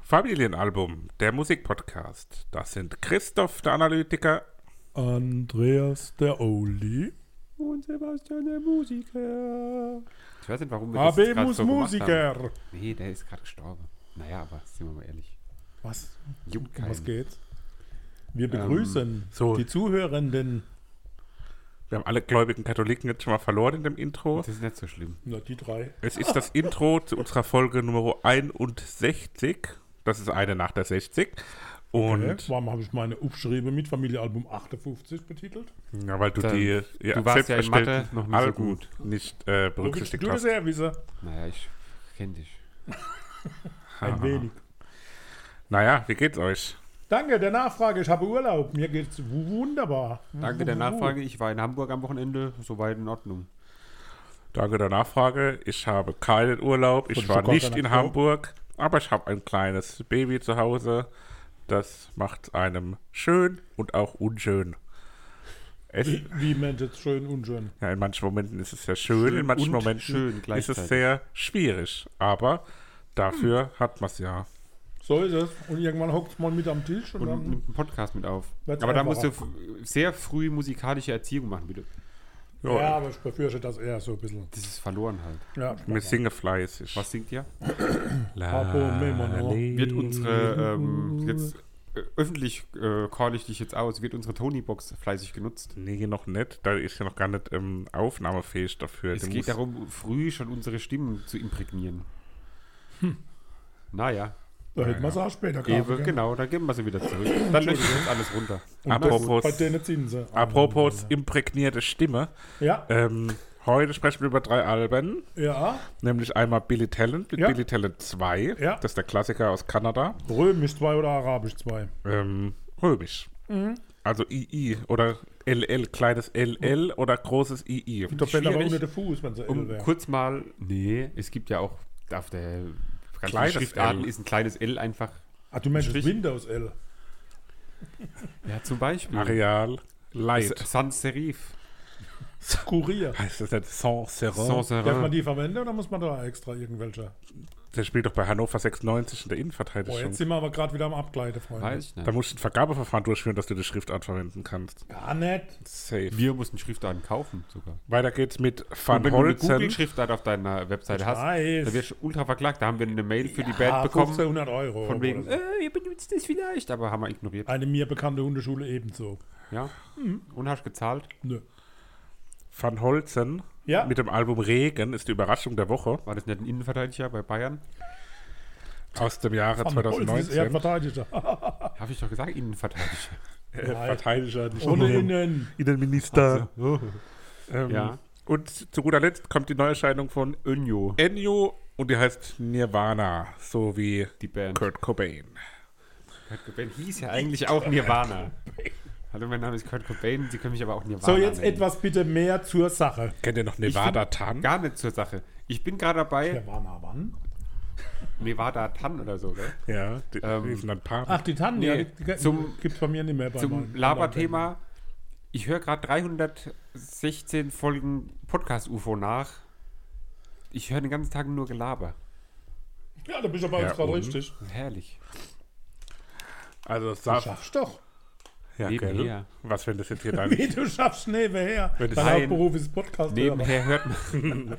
Familienalbum, der Musikpodcast. Das sind Christoph, der Analytiker. Andreas, der Oli. Und Sebastian, der Musiker. Ich weiß nicht, warum wir das AB jetzt gerade muss so gemacht haben. Musiker. Nee, der ist gerade gestorben. Naja, aber sind wir mal ehrlich. Was? Juckt Um keinen. was geht's? Ähm, Wir begrüßen so. die Zuhörenden. Wir haben alle gläubigen Katholiken jetzt schon mal verloren in dem Intro. Das ist nicht so schlimm. Na, die drei. Es ist das Intro zu unserer Folge Nummer 61. Das ist eine nach der 60. Und Okay. Warum habe ich meine Aufschriebe mit Familienalbum 58 betitelt? ja, weil du Dann- die ja, du warst ja in Mathe selbstverständlichen noch nicht so Alben gut. nicht äh, Wo willst berücksichtigt du das hast. her, wissen? Naja, ich kenne dich. Ein wenig. Naja, wie geht's euch? Danke der Nachfrage, ich habe Urlaub. Mir geht's wu- wunderbar. Danke der Nachfrage. Ich war in Hamburg am Wochenende. Soweit in Ordnung. Danke der Nachfrage. Ich habe keinen Urlaub. Ich Konntest war du Gott sei nicht Dank in auch? Hamburg, aber ich habe ein kleines Baby zu Hause. Das macht einem schön und auch unschön. Es, Wie, wie Mensch, jetzt schön, unschön. ja, in manchen Momenten ist es sehr schön, Schön in manchen und Momenten schön ist es gleichzeitig. Hm. sehr schwierig. Aber dafür hat man es ja. So ist es. Und irgendwann hockt man mit am Tisch und, Und dann. nimmt einen Podcast mit auf. Wird's aber da musst einfacher. du f- sehr früh musikalische Erziehung machen, bitte. Ja, Ja, aber ich befürchte das eher so ein bisschen. Das ist verloren halt. Ja, wir singen fleißig. Was singt ihr? Papo, Memon, Äh, Wird unsere, ähm, jetzt äh, öffentlich äh, call ich dich jetzt aus, wird unsere Tony-Box fleißig genutzt? Nee, noch nicht. Da ist ja noch gar nicht ähm, aufnahmefähig dafür. Es Du geht musst- darum, früh schon unsere Stimmen zu imprägnieren. Naja, da hätten wir es auch später gebe, gell? genau, dann geben wir sie wieder zurück. Dann löschen wir jetzt alles runter. Apropos, Bei denen ziehen sie. Oh, apropos imprägnierte Stimme. Ja, Ähm, heute sprechen wir über drei Alben, ja. nämlich einmal Billy Talent mit Ja. Billy Talent 2. Ja. Das ist der Klassiker aus Kanada. Römisch 2 oder Arabisch 2. Hm, Ähm, römisch. Mhm. Also II oder LL, kleines LL oder großes II. Da fällt aber Schwierig. unter den Fuß, wenn sie Um ill wäre. kurz mal, nee, es gibt ja auch auf der ganzen Kleines Schriftarten L. ist ein kleines L einfach. Ah, du meinst Strich- Windows L. Ja, zum Beispiel. Areal Light. S- Sans Serif. Kurier. Heißt das nicht Sans Sans Serif? Darf man Serif. die verwenden oder muss man da extra irgendwelche? Der spielt doch bei Hannover 96 in der Boah, Innenverteidigung. jetzt sind wir aber gerade wieder am Abgleite, Freunde. Weiß ich da nicht. musst du ein Vergabeverfahren durchführen, dass du die Schriftart verwenden kannst. Gar nicht. Safe. Wir mussten Schriftarten kaufen sogar. Weiter geht's mit Und Van wenn du eine Holzen. Google-Schriftart auf deiner Webseite Ich hast, weiß. dann wirst du ultra verklagt. Da haben wir eine Mail für die Ah, Band bekommen. 1500 Euro. Von wegen, oder so. äh, ihr benutzt das vielleicht, aber haben wir ignoriert. Eine mir bekannte Hundeschule ebenso. Ja. Hm. Und hast gezahlt? Nö. Van Holzen Ja. mit dem Album Regen ist die Überraschung der Woche War das nicht ein Innenverteidiger bei Bayern? aus dem Jahre Am Holz oh, ist 2019. er Verteidiger. Habe ich doch gesagt, Innenverteidiger. Äh, Verteidiger, nicht Ohne nur innen. Innenminister. Oh, Ähm, Ja. Und zu guter Letzt kommt die Neuerscheinung von Önjo, Ennio und die heißt Nirvana, so wie die Band. Kurt Cobain. Kurt Cobain hieß ja eigentlich auch Nirvana. Hallo, mein Name ist Kurt Cobain, Sie können mich aber auch Nirvana So, jetzt nennen. etwas bitte mehr zur Sache. Kennt ihr noch Nevada Tan? Gar nicht zur Sache. Ich bin gerade dabei, Der war nah wann? Nevada Tan oder so, gell? Ja, die, Ähm, die sind ein paar. Ach, die Tannen, ja, Nee, die, die zum- gibt's bei mir nicht mehr. Bei Zum meinen- Laberthema. Ich höre gerade 316 Folgen Podcast-UFO nach. Ich höre den ganzen Tag nur Gelaber. Ja, da bist du bei Ja, uns gerade und? richtig. Herrlich. also es darf, Schaffst doch. ja, Nebenher. gell? Was, wenn das jetzt hier dann Wie du schaffst, nee, wer her. Wenn Dein es ein- Hauptberuf ist Podcast. hören. Nebenher hört man.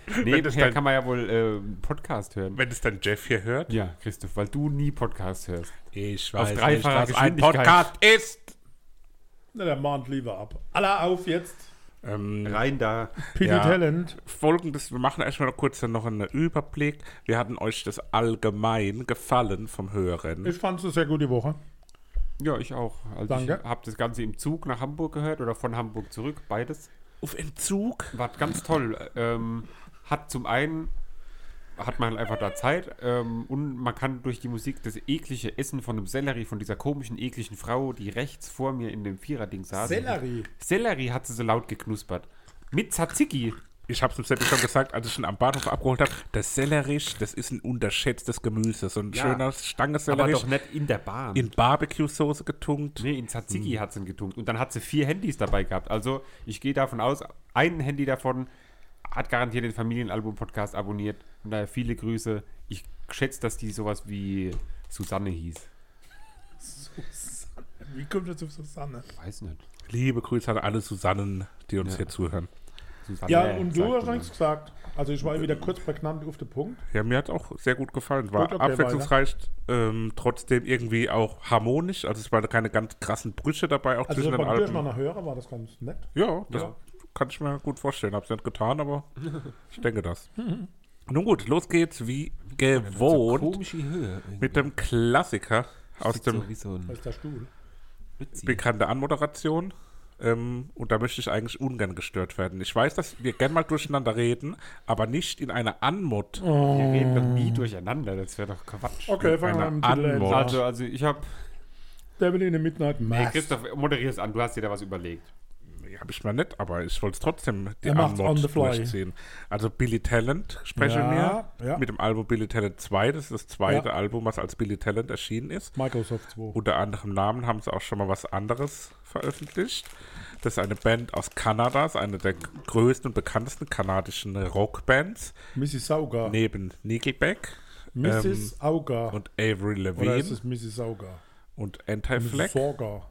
das nebenher dann- kann man ja wohl äh, Podcast hören. wenn es dann Jeff hier hört? Ja, Christoph, weil du nie Podcast hörst. Ich weiß dreifacher was ein Geschwindigkeit. Podcast ist. Na, der mahnt lieber ab. Alle auf jetzt. Ähm, Rein da. Peter Ja. Talent. Folgendes, wir machen erstmal noch kurz dann noch einen Überblick. Wir hatten euch das allgemein gefallen vom Hören. Ich fand's eine sehr gute Woche. Ja, ich auch. Also Danke. Ich habe das Ganze im Zug nach Hamburg gehört oder von Hamburg zurück, beides. Auf Entzug? War ganz toll. Ähm, hat zum einen hat man halt einfach da Zeit ähm, und man kann durch die Musik das eklige Essen von dem Sellerie, von dieser komischen, ekligen Frau, die rechts vor mir in dem Viererding saß. Sellerie. Sellerie hat sie so laut geknuspert. Mit Tzatziki. Ich habe es Seppi schon gesagt, als ich ihn am Bahnhof abgeholt habe. Das Sellerisch, das ist ein unterschätztes Gemüse. So ein Ja, schöner Stange Aber Sellerisch doch nicht in der Bahn. in Barbecue-Soße getunkt. Nee, in Tzatziki hat sie ihn getunkt. Und dann hat sie vier Handys dabei gehabt. Also ich gehe davon aus, ein Handy davon hat garantiert den Familienalbum-Podcast abonniert. Und daher viele Grüße. Ich schätze, dass die sowas wie Susanne hieß. Susanne. Wie kommt das auf Susanne? Weiß nicht. Liebe Grüße an alle Susannen, die uns Ja. hier zuhören. Susanne Ja, und Ah, sagt du hast man nichts gesagt. Also ich war wieder kurz prägnant auf den Punkt. Ja, mir hat auch sehr gut gefallen. War Gut, okay, abwechslungsreich, ähm, trotzdem irgendwie auch harmonisch. Also es waren keine ganz krassen Brüche dabei, auch Also zwischen den beim Alben. Durcheinander hören war das ganz nett. Ja, das Ja. kann ich mir gut vorstellen. Hab's nicht getan, aber ich denke das. Mhm. Nun gut, los geht's wie So gewohnt komische Höhe. irgendwie. mit dem Klassiker aus Klingt dem so wie so ein Das ist der Stuhl. Ritzi. bekannte Anmoderation. Ähm, und da möchte ich eigentlich ungern gestört werden. Ich weiß, dass wir gern mal durcheinander reden, aber nicht in einer Anmod. Wir reden doch nie durcheinander, das wäre doch Quatsch. Okay, fangen wir einer an mit dem Titel Antwort. an. Also, also ich habe. Devil in the Midnight Hey, Mass. Christoph, moderier es an, du hast dir da was überlegt. Ja, hab ich mir nicht, aber ich wollte es trotzdem die Er macht's Anmod on the fly. durchziehen. Also Billy Talent spreche Ja, mir ja. mit dem Album Billy Talent 2. Das ist das zweite Ja. Album, was als Billy Talent erschienen ist. Microsoft 2. Unter anderem Namen haben sie auch schon mal was anderes veröffentlicht. Das ist eine Band aus Kanada, ist eine der größten und bekanntesten kanadischen Rockbands. Mississauga. Neben Nickelback Mrs. Auga. und Avery Oder ist Levine es Mississauga? und Anti-Flag. Mississauga.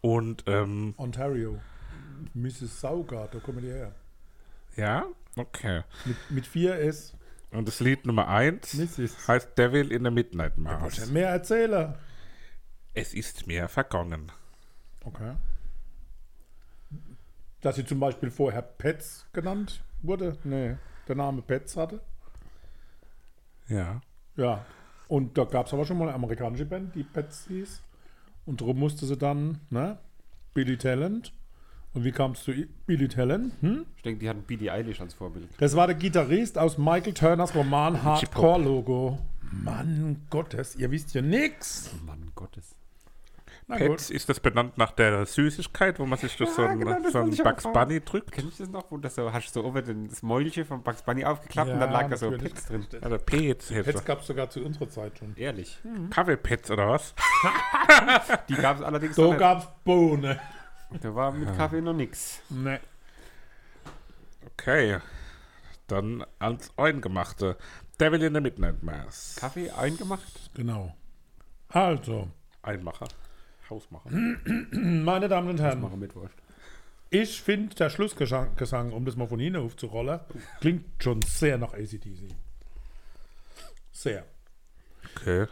Und ähm, Ontario. Mississauga, da kommen die her. ja, okay. Mit, mit 4S. Und das Lied Nummer 1 Mrs. heißt Devil in the Midnight Mass. Ah, Mehr Erzähler. Es ist mir vergangen. Okay. Dass sie zum Beispiel vorher Pets genannt wurde. Nee, der Name Pets hatte. Ja. Ja. Und da gab es aber schon mal eine amerikanische Band, die Pets hieß. Und darum musste sie dann, ne? Billy Talent. Und wie kamst du Billy Talent? Hm? Ich denke, die hatten Billie Eilish als Vorbild. Das war der Gitarrist aus Michael Turners Roman Hardcore Logo. Mann Gottes, ihr wisst ja nix. Mann Gottes. Na Pets ist das benannt nach der Süßigkeit, wo man sich durch so einen, genau, das so einen wollte ich auch Bugs fragen. Bunny drückt. Kennst du das noch, wo das so, hast du so oben den- das Mäulchen von Bugs Bunny aufgeklappt und Ja, dann lag da so natürlich. Pets drin? Also Pets. hätte Pets gab es sogar zu unserer Zeit schon. Ehrlich. Kaffeepads oder was? Hm. Die gab es allerdings So noch gab's Bohne. nicht. Da war mit Kaffee noch nix. Ne. Okay. Dann ans Eingemachte. Devil in the Midnight Mass. Kaffee eingemacht? Genau. Also, Einmacher. Hausmacher. meine Damen und Herren, Mache mit Wurst. ich finde, der Schlussgesang, Gesang, um das mal von Ihnen aufzurollen, klingt schon sehr nach ACDC. Sehr. Okay.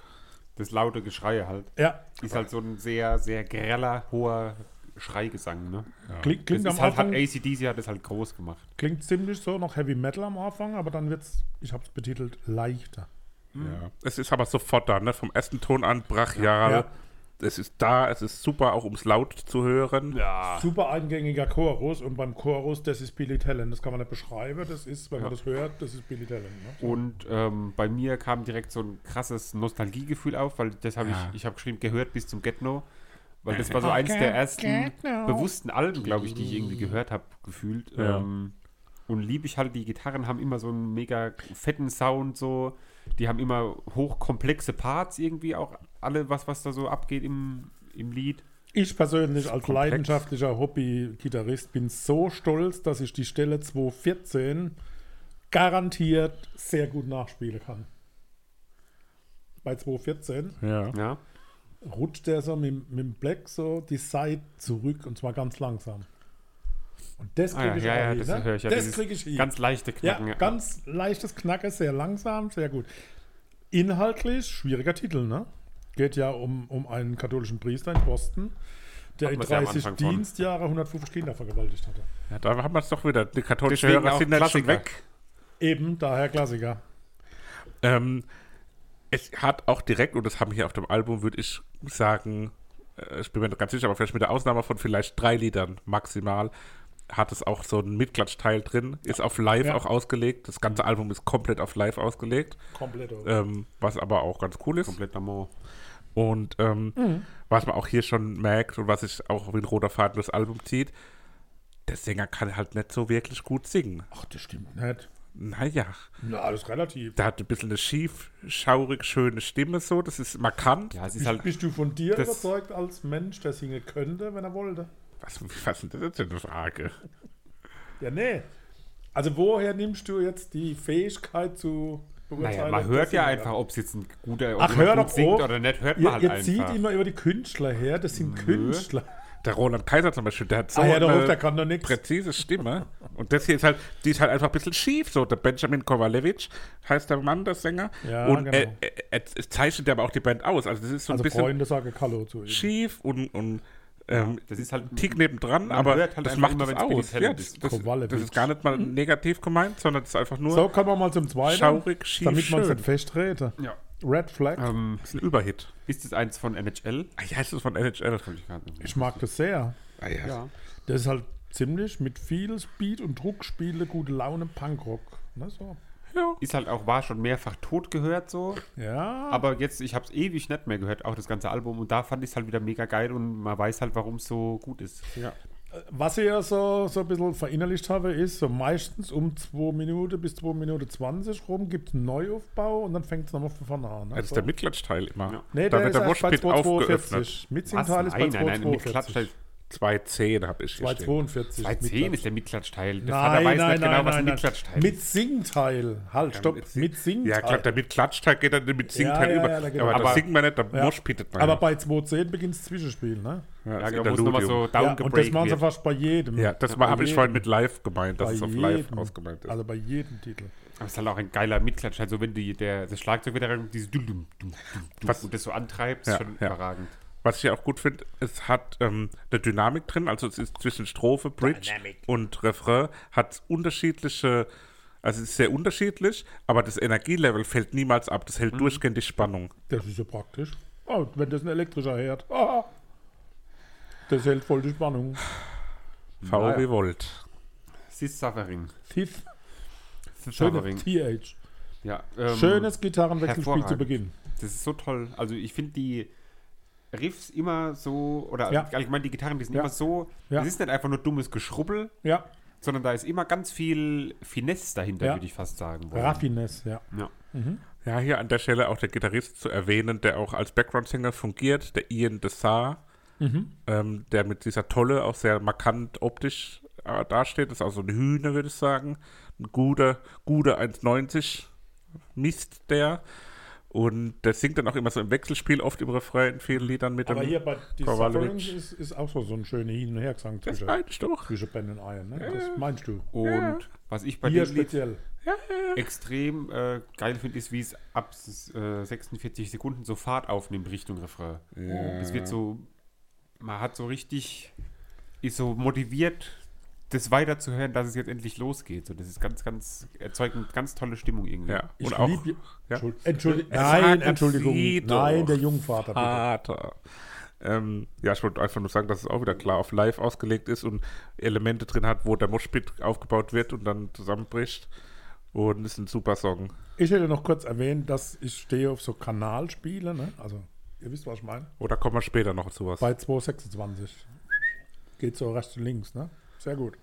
Das laute Geschrei halt. Ja, Ist halt so ein sehr, sehr greller, hoher Schreigesang, ne? klingt, Das klingt am ist halt, hat Anfang, ACDC hat das halt groß gemacht. klingt ziemlich so nach Heavy Metal am Anfang, aber dann wird's, ich hab's betitelt, leichter. Mhm. Ja. Es ist aber sofort da, ne? Vom ersten Ton an, brachial. Ja. Es ist da, es ist super, auch um es laut zu hören. Ja. Super eingängiger Chorus und beim Chorus, das ist Billy Talent. Das kann man nicht beschreiben. Das ist, wenn man das hört, das ist Billy Talent. Ne? Und ähm, bei mir kam direkt so ein krasses Nostalgiegefühl auf, weil das habe Ja. ich, ich habe geschrieben, gehört bis zum Get No. Weil das war Äh, so eins der ersten bewussten Alben, glaube ich, die ich Mm. irgendwie gehört habe, gefühlt. Ja. Ähm, und liebe ich halt, die Gitarren haben immer so einen mega fetten Sound, so. Die haben immer hochkomplexe Parts irgendwie, auch alle, was, was da so abgeht im, im Lied. Ich persönlich als Komplex. leidenschaftlicher Hobby-Gitarrist bin so stolz, dass ich die Stelle 214 garantiert sehr gut nachspielen kann. Bei 214 Ja. Ja. rutscht der so mit, mit dem Black so die Side zurück und zwar ganz langsam. Und das Ah, kriege ja, ich ja, auch ja, hin, das ne? höre ich ja. Das dieses kriege ich hin. Ganz leichte Ja, Knacken. ganz leichtes Knacken, sehr langsam, sehr gut. Inhaltlich schwieriger Titel, ne? Geht ja um, um einen katholischen Priester in Boston, der Hat in man's ja am 30 Anfang von. Dienstjahre 150 Kinder vergewaltigt hatte. ja da haben wir es doch wieder. Die katholischen Deswegen Hörer auch sind jetzt schon Klassiker. weg. Eben, daher Klassiker. Ähm, es hat auch direkt, und das haben hier auf dem Album, würde ich sagen, äh, ich bin mir nicht ganz sicher, aber vielleicht mit der Ausnahme von vielleicht drei Liedern maximal, hat es auch so einen Mitklatschteil drin, ist auf live Ja. auch ausgelegt. Das Mhm. ganze Album ist komplett auf live ausgelegt, Komplett. over. ähm, was aber auch ganz cool ist. Komplett amor. Und ähm, was man auch hier schon merkt und was sich auch wie ein roter Faden durchs Album zieht, der Sänger kann halt nicht so wirklich gut singen. Ach, das stimmt nicht. Naja. Na, alles relativ. Der hat ein bisschen eine schief, schaurig, schöne Stimme so. Das ist markant. Ja, es ist Bist, halt. bist du von dir das- überzeugt als Mensch, der singen könnte, wenn er wollte? Was, was ist das jetzt für eine Frage? Ja, nee. Also woher nimmst du jetzt die Fähigkeit zu beurteilen. Naja, man ob hört das ja jemand- einfach, ob es jetzt ein guter, ob Ach, jemand hör gut doch singt auf. oder nicht, hört man Ihr, halt ihr zieht einfach. immer über die Künstler her, das sind Künstler. Der Roland Kaiser zum Beispiel, der hat so ah ja, der eine Hof, der kann doch nichts. präzise Stimme. Und das hier ist halt, die ist halt einfach ein bisschen schief. So, der Benjamin Kowalewicz heißt der Mann, der Sänger. Ja, und genau. er, er, er es zeichnet aber auch die Band aus. Also das ist so ein Also bisschen Freunde sagen Hallo zu ihm. schief und, und ähm, Das ist halt Tick nebendran, Man aber hört halt das einfach macht immer, es wenn's Billy aus. Talent Ja, das, ist. das, Kowalewicz. das ist gar nicht mal negativ gemeint, sondern das ist einfach nur Hm. So, kommen wir mal zum zweiten. schaurig, schief, damit man es schön. nicht festrete. Ja. Red Flag. Ähm, Das ist ein Überhit. ist das eins von NHL? Ah, ja, ist das von NHL? Ich grad nicht. Ich mag das sehr. Ah, ja. Ja. also. Das ist halt ziemlich mit viel Speed und Druck spielte gute Laune Punkrock. Ne, so. Ja. Ist halt auch, war schon mehrfach tot gehört so. Ja, Aber jetzt, ich habe es ewig nicht mehr gehört, auch das ganze Album. Und da fand ich es halt wieder mega geil und man weiß halt, warum es so gut ist. Ja. was ich ja so, so ein bisschen verinnerlicht habe, ist, so meistens um 2 Minuten bis 2 Minuten 20 rum gibt es einen Neuaufbau und dann fängt es nochmal von vorne an. Das ist der Mitklatschteil immer. Ja. nee, da der wird ist der erst bei Moshpit aufgeöffnet. 2,42. Mitzinteil ist bei Nein, nein, nein, mit Klatschteil. halt 2,42. 210 habe ich hier stehen. 2,42. 210 ist der Mitklatschteil. Der Vater Nein, weiß nein, nicht nein, genau, was ein nein, Mitklatschteil nein. Mit Singteil. Halt, stopp. mit Sing- Mit Singteil. Ja, klar, der Mitklatschteil geht dann mit Singteil Ja, ja, über. ja, da geht aber er. da Aber- singt man nicht, da Ja. moshpittet man. Aber bei 2.10 beginnt das Zwischenspiel, ne? ja, Ja, das genau, ist wo es nochmal Interludium. so Ja, und das downgrade machen sie wird. fast bei jedem. ja, das bei habe ich jedem. vorhin mit live gemeint, dass Bei es auf live jedem. ausgemeint ist. Also bei jedem Titel. Aber es ist halt auch ein geiler Mitklatsch. Also wenn die, der, das Schlagzeug wieder rein- dieses dum, dum, dum, dum, dum, Was- und das so antreibt, ist Ja, schon ja. überragend. Was ich auch gut finde, es hat ähm, eine Dynamik drin, also es ist zwischen Strophe, Bridge und Refrain, hat unterschiedliche, also es ist sehr unterschiedlich, aber das Energielevel fällt niemals ab, das hält durchgehend die Spannung. Das ist ja praktisch. Oh, wenn das ein elektrischer Herd. Ah, das hält voll die Spannung. VW Naja. Volt. Sis Suffering. Tief. Sis Schönes Suffering. TH. Ja, ähm, Schönes Gitarrenwechselspiel zu hervorragend. Beginn. Das ist so toll. Also ich finde die Riffs immer so, oder Ja. allgemein die Gitarren, die sind Ja. immer so, Ja. es ist nicht einfach nur dummes Geschrubbel, Ja, sondern da ist immer ganz viel Finesse dahinter, Ja. würde ich fast sagen. wollen. Raffinesse, ja. Ja. Ja, hier an der Stelle auch der Gitarrist zu erwähnen, der auch als Background-Sänger fungiert, der Ian Dessar, ähm, der mit dieser Tolle auch sehr markant optisch äh, dasteht, ist also ein Hühner, würde ich sagen. Ein guter, guter 1,90 Mist der. Und der singt dann auch immer so im Wechselspiel, oft im Refrain in vielen Liedern mit. Aber dem- hier bei die Kowalewicz. Sufferings ist, ist auch so, so ein schöner Hin- und Hergesang das zwischen, meinte ich doch. zwischen Ben und Ian. Ne? Das meinst du? Und was ich bei Hier dem Lied speziell. extrem äh, geil finde, ist, wie es ab äh, 46 Sekunden so Fahrt aufnimmt Richtung Refrain. Es wird so, man hat so richtig, ist so motiviert, das weiterzuhören, dass es jetzt endlich losgeht. So, das ist ganz, ganz, erzeugt eine ganz tolle Stimmung irgendwie. Ja. Ich Und auch lieb- ja. Entschuld- Entschuld- Es Nein, hat- Entschuldigung. Sie Nein, doch. der Jungvater. Ah. Bitte. Vater. Ähm, ja, ich wollte einfach nur sagen, dass es auch wieder klar auf live ausgelegt ist und Elemente drin hat, wo der Moshpit aufgebaut wird und dann zusammenbricht. Und ist ein super Song. Ich hätte noch kurz erwähnt, dass ich stehe auf so Kanalspiele, ne? Also, ihr wisst, was ich meine. Oder kommen wir später noch zu was? Bei 2,26. Geht so rechts und links, ne? Sehr gut.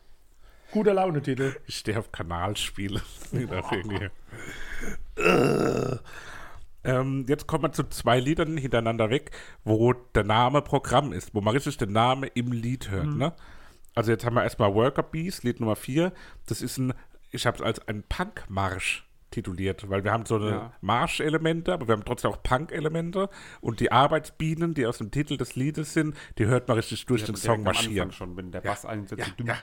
Guter Laune-Titel. Ich stehe auf Kanalspiele. Das irgendwie. Äh. ähm, jetzt kommen wir zu zwei Liedern hintereinander weg, wo der Name Programm ist, wo man richtig den Namen im Lied hört. Mhm. Ne? Also jetzt haben wir erstmal Worker Bees, Lied Nummer 4. Das ist ein, ich habe es als einen Punkmarsch tituliert, weil wir haben so eine Ja. Marschelemente, aber wir haben trotzdem auch Punk-Elemente und die Arbeitsbienen, die aus dem Titel des Liedes sind, die hört man richtig durch Ja, den direkt Song am marschieren. Anfang schon, wenn der Bass einsetzt. so dumm, ja.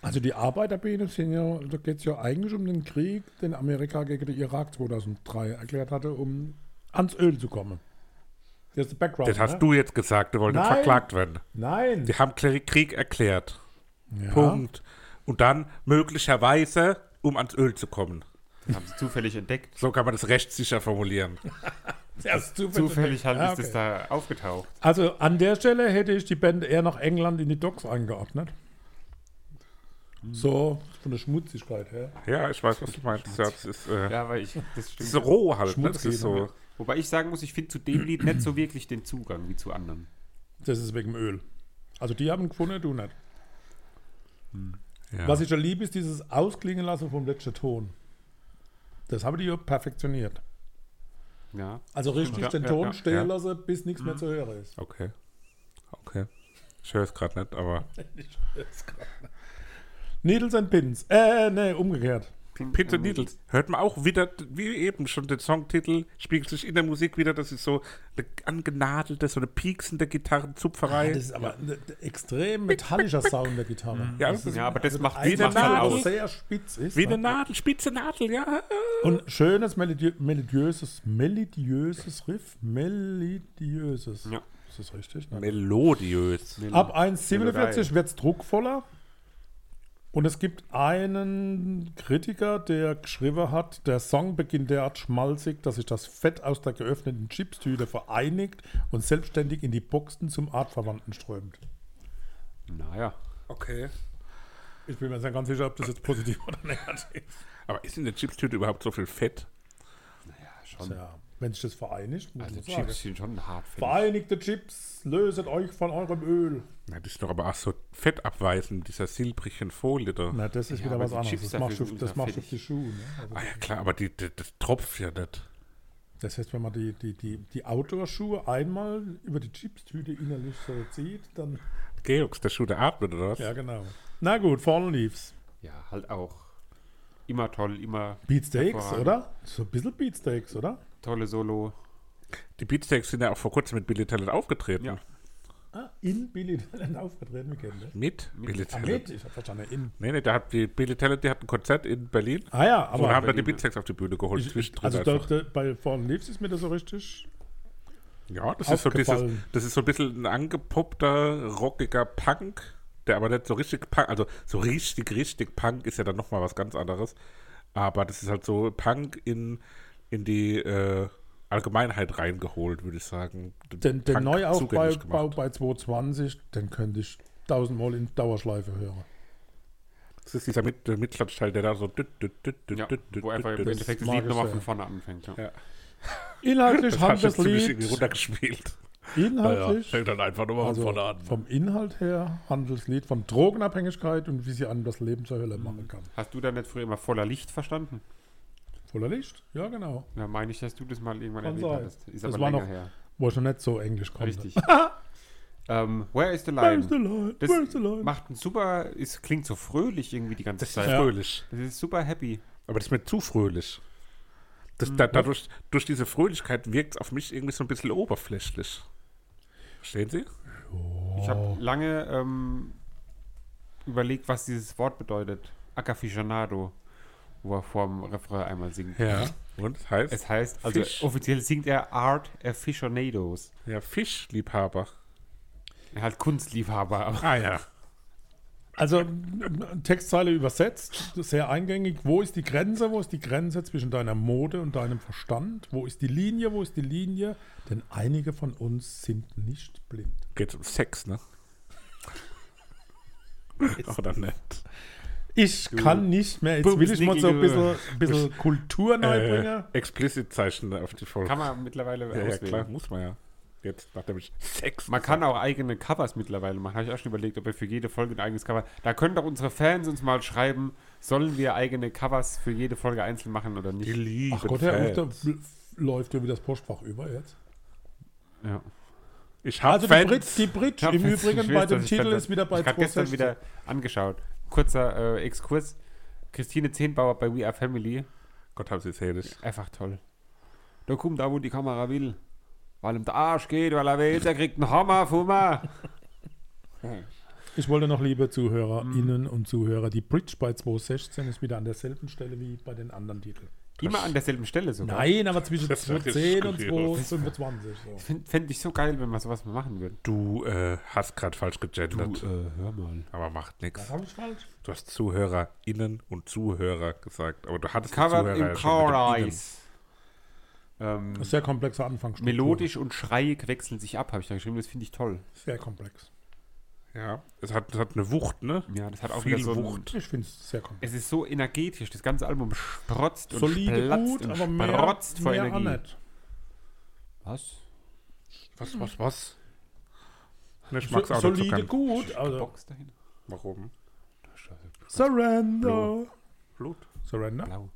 Also, die Arbeiterbiene sind ja, da geht es ja eigentlich um den Krieg, den Amerika gegen den Irak 2003 erklärt hatte, um ans Öl zu kommen. Das ist der Background. Das hast ne? du jetzt gesagt, du wolltest Nein. verklagt werden. Nein. Die haben Kler- Krieg erklärt. Ja. Punkt. Und dann möglicherweise, um ans Öl zu kommen. Das haben sie zufällig entdeckt. So kann man das rechtssicher formulieren. Erst Zufällig halt Ah, Ja, ist es okay. da aufgetaucht. Also, an der Stelle hätte ich die Band eher nach England in die Docks eingeordnet. Hm. So, von der Schmutzigkeit her. Ja, ich weiß, was du meinst. Ja, das ist, äh, Ja, weil ich, das das stimmt. ist roh halt. Ne? Das Schmutzig, ist so. ne? Wobei ich sagen muss, ich finde zu dem Lied nicht so wirklich den Zugang wie zu anderen. Das ist wegen dem Öl. Also die haben gefunden, du nicht. Ja. Was ich ja liebe, ist dieses Ausklingen lassen vom letzten Ton. Das haben die ja perfektioniert. Ja. Also richtig Ja, den ja, Ton ja, Mhm. stehen ja. lassen, bis nichts mehr zu hören ist. okay. Okay. Ich höre es gerade nicht, aber Needles and Pins. Äh, nee, umgekehrt. Pin, Pins and Needles. Hört man auch wieder, wie eben schon den Songtitel, spiegelt sich in der Musik wieder, das ist so eine angenadelte, so eine pieksende Gitarrenzupferei. Ah, Das ist aber ein extrem metallischer Sound der Gitarre. Ja, das ist also Ja, aber das macht ein das macht Nadel. halt Teil, aus. der sehr spitz ist. wie eine ne? Nadel, spitze Nadel, ja. Und schönes melodi melodiöses, melodiöses Riff. Melodiöses. Ja. Ist das richtig? Nein. Melodiös. Ab 1,47 wird es druckvoller. Und es gibt einen Kritiker, der geschrieben hat, der Song beginnt derart schmalzig, dass sich das Fett aus der geöffneten Chipstüte vereinigt und selbstständig in die Boxen zum Artverwandten strömt. Naja. Okay. Ich bin mir jetzt nicht ganz sicher, ob das jetzt positiv oder negativ ist. Aber ist in der Chipstüte überhaupt so viel Fett? Ja, schon. Ja, wenn sich das vereinigt, muss Also man sagen. Chips sind schon hart. finde ich. Vereinigte Chips, löset euch von eurem Öl. Na, das ist doch aber auch so fettabweisend, dieser silbrigen Folie da. Na, das ist Ja, wieder aber was die anderes. Chips Das dafür macht, sind schon- das ultra macht schon fettig. die Schuhe. Ne? Also, Ah ja, klar, aber die, die, das tropft ja nicht. das heißt, wenn man die, die, die, die Outdoor-Schuhe einmal über die Chips-Tüte innerlich so zieht, dann. Georgs, der Schuh, der atmet, oder was? Ja, genau. Na gut, Fallen Leaves. Ja, halt auch. Immer toll, immer Beatsteaks, Hervorragend. oder? So ein bisschen Beatsteaks, oder? tolle Solo. Die Beatsteaks sind ja auch vor kurzem mit Billy Talent aufgetreten. Ja. Ah, in Billy Talent aufgetreten, wir kennen das. Mit, Billy Ah, Talent. mit, ich hab verstanden, in. Nee, nee, da hat die Billy Talent, die hat ein Konzert in Berlin Ah ja, und aber. haben dann die Beatsteaks auf die Bühne geholt. ich, zwischendrin also da, einfach. da, bei Fallen Leaves ist mir das so richtig. ja, das ist, so dieses, aufgefallen. das ist so ein bisschen ein angepoppter, rockiger Punk, der aber nicht so richtig Punk, also so richtig, richtig Punk ist ja dann nochmal was ganz anderes. Aber das ist halt so Punk in, in die äh, Allgemeinheit reingeholt, würde ich sagen. Den, den Punk zugänglich Neuaufbau gemacht. bei 220, den könnte ich tausendmal in Dauerschleife hören. Das ist dieser Mit der Mitklatschteil, der da so. düt, düt, düt, düt, Ja, düt, düt, wo einfach im düt, düt. Endeffekt das mag Lied ich nochmal sehr. von vorne anfängt. Ja. Ja. Inhaltlich Das haben hast du das ziemlich irgendwie Lied, runtergespielt. Naja, inhaltlich, fängt dann einfach nochmal also von vorne an. vom Inhalt her handelt das Lied von Drogenabhängigkeit und wie sie einem das Leben zur Hölle machen kann. Hast du da nicht früher immer voller Licht verstanden? Voller Licht? Ja, genau. Da meine ich, dass du das mal irgendwann Kann erwähnt sein. hattest. Ist Das aber war länger noch- her. Wo ich noch nicht so Englisch konnte. Richtig. ähm, Where is the Where's the line? line? Das Where's the line? macht ein super, es klingt so fröhlich irgendwie die ganze Das ist Zeit. fröhlich. Das ist super happy. Aber das ist mir zu fröhlich. Mhm. Das, da, dadurch, durch diese Fröhlichkeit wirkt es auf mich irgendwie so ein bisschen oberflächlich. Verstehen Sie? Ich Oh. habe lange ähm, überlegt, was dieses Wort bedeutet. Acaficionado, wo er vorm Refrain einmal singt. Ja. Und es heißt, Es heißt, also Fisch. offiziell singt er Art Aficionados. ja, Fischliebhaber. Er hat Kunstliebhaber, aber Ah ja. Also m- Textzeile übersetzt, sehr eingängig. Wo ist die Grenze? Wo ist die Grenze zwischen deiner Mode und deinem Verstand? Wo ist die Linie? Wo ist die Linie? Denn einige von uns sind nicht blind. Geht um Sex, ne? Oder nicht? Ich kann nicht mehr. Jetzt Bums, will ich mal so ein Nickel. bisschen, bisschen Äh, Kultur neu bringen. Explicit-Zeichen Äh, auf die Folge. kann man mittlerweile ja, ja, auswählen. klar, muss man ja. Jetzt, nachdem ich Sex. Man kann auch eigene Covers mittlerweile machen. Habe ich auch schon überlegt, ob wir für jede Folge ein eigenes Cover. Da können doch unsere Fans uns mal schreiben, sollen wir eigene Covers für jede Folge einzeln machen oder Die nicht? lieben Ach Gott, Herr Fans. Richter, läuft ja wie das Postfach über jetzt. Ja. Ich habe Also die Fans. Brit, die Brit Ich hab im jetzt Übrigen nicht bei gewusst, dem dass ich Titel fand, ist wieder bei Ich habe gestern 260. wieder angeschaut. Kurzer äh, Exkurs. Christine Zehnbauer bei We Are Family. Gott, haben sie es herrlich. Einfach toll. Da kommt da, wo die Kamera will. Weil ihm der Arsch geht, weil er will, der kriegt einen Hammer von mir. Ich wollte noch, liebe Hm. ZuhörerInnen und Zuhörer, die Bridge bei 216 ist wieder an derselben Stelle wie bei den anderen Titeln. Immer an derselben Stelle sogar. Nein, aber zwischen Das war 210 und kurios. 225. So. Fände ich so geil, wenn man sowas mal machen würde. Du äh, hast gerade falsch äh. gegendert, äh, hör mal. aber macht nichts. Habe ich falsch? Du hast ZuhörerInnen und Zuhörer gesagt, aber du hattest die Covered in ja schon mit dem Car Innen. Eyes. Ähm, Das ist sehr komplexer Anfang. melodisch und schreiig wechseln sich ab, habe ich da geschrieben. Das finde ich toll. Sehr komplex. Ja, es hat, es hat eine Wucht, ne? Ja, das hat auch Viel wieder so einen- Wucht. Ich finde es sehr komplex. Es ist so energetisch. Das ganze Album strotzt und Solide splatzt gut, und aber mehr, strotzt vor mehr auch Energie. nicht. Was? Was, was, was? Ne, ich mag's So, auch nicht so solide gern. gut. Also, Box dahin. Warum? Surrender. Blut. Surrender. Blau.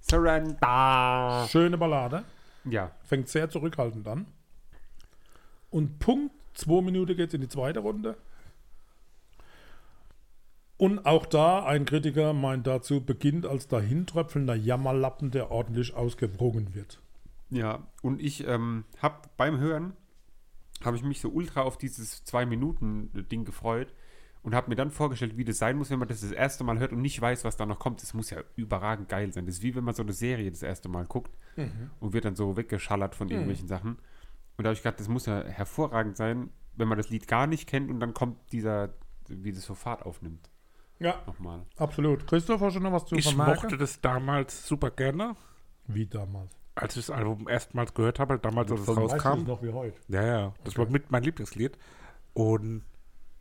Surrender. Schöne Ballade. Ja, Fängt sehr zurückhaltend an. Und Punkt 2 Minuten geht es in die zweite Runde. Und auch da, ein Kritiker meint dazu, beginnt als dahintröpfelnder Jammerlappen, der ordentlich ausgewrungen wird. Ja, und ich ähm, habe beim Hören, habe ich mich so ultra auf dieses Zwei-Minuten-Ding gefreut und habe mir dann vorgestellt, wie das sein muss, wenn man das das erste Mal hört und nicht weiß, was da noch kommt. Das muss ja überragend geil sein. Das ist wie wenn man so eine Serie das erste Mal guckt Mhm. und wird dann so weggeschallert von irgendwelchen Sachen. Und da habe ich gedacht, das muss ja hervorragend sein, wenn man das Lied gar nicht kennt und dann kommt dieser, wie das so Fahrt aufnimmt, Ja, nochmal. absolut. Christopher, schon noch was zu Ich vermerken? mochte das damals super gerne, Wie damals. als ich das Album erstmals gehört habe, damals, als es Weißt du ne? rauskam. es noch wie heute. Ja, ja, das war mit mein Lieblingslied. Und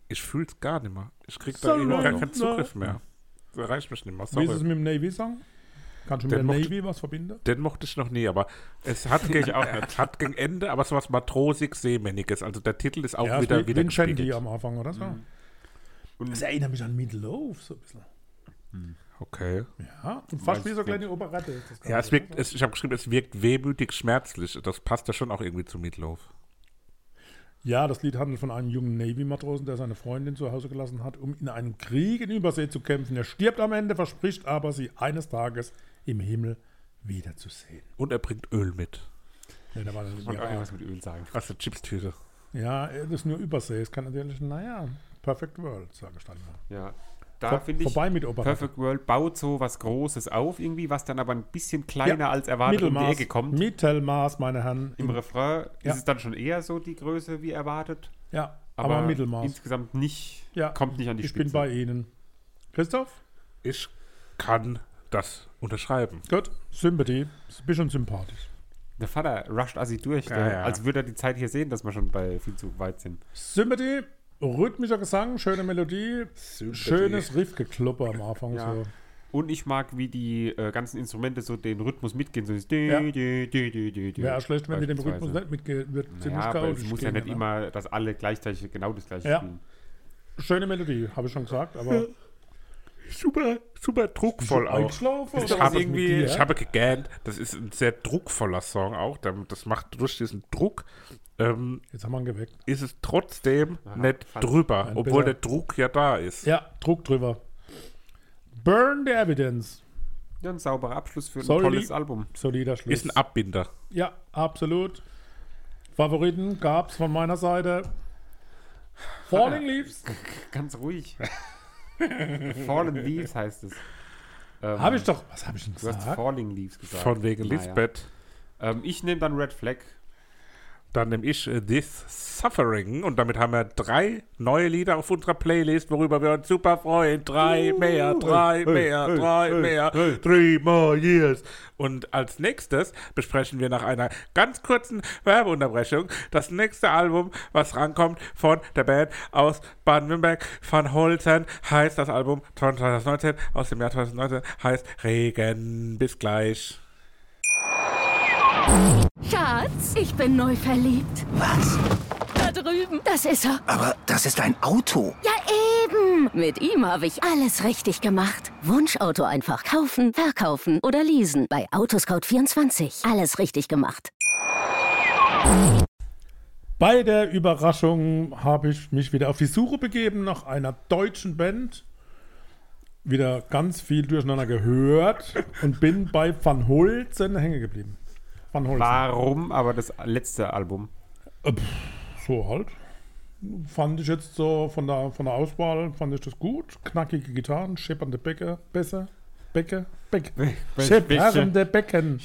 ich fühle es gar nicht mehr. Ich krieg da So irgendwie gar ne? long, keinen Zugriff mehr. Das erreicht mich nicht mehr. Wie ist es Sorry. mit dem Navy-Song? Kannst du mit Der der mochte- Navy was verbinden? Den mochte ich noch nie, aber es hat gegen, es hat gegen Ende, aber so was matrosig seemänniges. Also der Titel ist auch ja, wieder ist wie wieder Mhm. Vincendi am Anfang, oder so? Und Das erinnert mich an Meatloaf so ein bisschen. Okay. Ja, und fast Weiß wie so ich kleine Operette ist das Ja, es Ganze, wirkt, es, ich habe geschrieben, es wirkt wehmütig schmerzlich. Das passt ja schon auch irgendwie zu Meatloaf. Ja, das Lied handelt von einem jungen Navy-Matrosen, der seine Freundin zu Hause gelassen hat, um in einem Krieg in Übersee zu kämpfen. Er stirbt am Ende, verspricht aber, sie eines Tages im Himmel wiederzusehen. Und er bringt Öl mit. Ja, da war dann und ja, irgendwas mit Öl sagen. Aus der Chipstüte. ja, das ist nur Übersee. Es kann natürlich, naja, Perfect World, sage ich dann mal. Ja. Da Vor- finde ich, vorbei mit Operette. Perfect World baut so was Großes auf irgendwie, was dann aber ein bisschen kleiner als erwartet um die Ecke kommt. Mittelmaß, meine Herren. Im Refrain Ja. ist es dann schon eher so die Größe wie erwartet. ja, aber, Aber, Mittelmaß. insgesamt nicht, Ja, kommt nicht an die Ich Spitze. bin bei Ihnen. Christoph? Ich kann das unterschreiben. Gut. Sympathie. Ist ein bisschen sympathisch. Der Vater rusht assi durch, Ja, der, ja. als würde er die Zeit hier sehen, dass wir schon bei viel zu weit sind. Sympathy, rhythmischer Gesang, schöne Melodie, schönes Riffgeklopper am Anfang. Ja. So. Und ich mag, wie die äh, ganzen Instrumente so den Rhythmus mitgehen. So dieses Ja. Wäre Wäre auch schlecht, wenn mit dem Rhythmus nicht mitgeht. Wird ziemlich Ja, aber chaotisch. es muss ja klingen, nicht ne? immer, dass alle gleichzeitig genau das gleiche Ja. spielen. ne? Schöne Melodie, habe ich schon gesagt, aber Super, super druckvoll auch. eingeschlafen. Ich oder was habe ist mit irgendwie, dir? ich habe gegähnt. Das ist ein sehr druckvoller Song auch. Der- Das macht durch diesen Druck, ähm, Jetzt haben wir ihn geweckt. ist es trotzdem Aha, nicht fast. drüber, Ein obwohl bisschen. der Druck ja da ist. Ja, Druck drüber. Burn the Evidence. Ja, ein sauberer Abschluss für ein Sorry. tolles Album. Solider Schluss. Ist ein Abbinder. ja, absolut. Favoriten gab es von meiner Seite. Ah. Falling Leaves. Ganz ruhig. Fallen Leaves heißt es. Ähm, Habe ich doch. Was habe ich denn Du hast gesagt? Falling Leaves gesagt. Von wegen Naja. Lisbeth. Ähm, ich nehme dann Red Flag. Dann nehme ich äh, This Suffering und damit haben wir drei neue Lieder auf unserer Playlist, worüber wir uns super freuen. Drei mehr, drei mehr, drei mehr, three more years. Und als nächstes besprechen wir nach einer ganz kurzen Werbeunterbrechung das nächste Album, was rankommt von der Band aus Baden-Württemberg. Van Holzen heißt das Album 2019 aus dem Jahr 2019 heißt Regen. Bis gleich. Schatz, ich bin neu verliebt. Was? Da drüben. Das ist er. Aber das ist ein Auto. Ja, eben. Mit ihm habe ich alles richtig gemacht. Wunschauto einfach kaufen, verkaufen oder leasen. Bei Autoscout24. Alles richtig gemacht. Bei der Überraschung habe ich mich wieder auf die Suche begeben nach einer deutschen Band. Wieder ganz viel durcheinander gehört und bin bei Van Holzen hängen geblieben. Van Holzen. Warum aber das letzte Album? So halt. Fand ich jetzt so von der, von der Auswahl, fand ich das gut. Knackige Gitarren, schippernde Bäcke, Bässe, Bäcke, Bäcke. Schepperende Becken.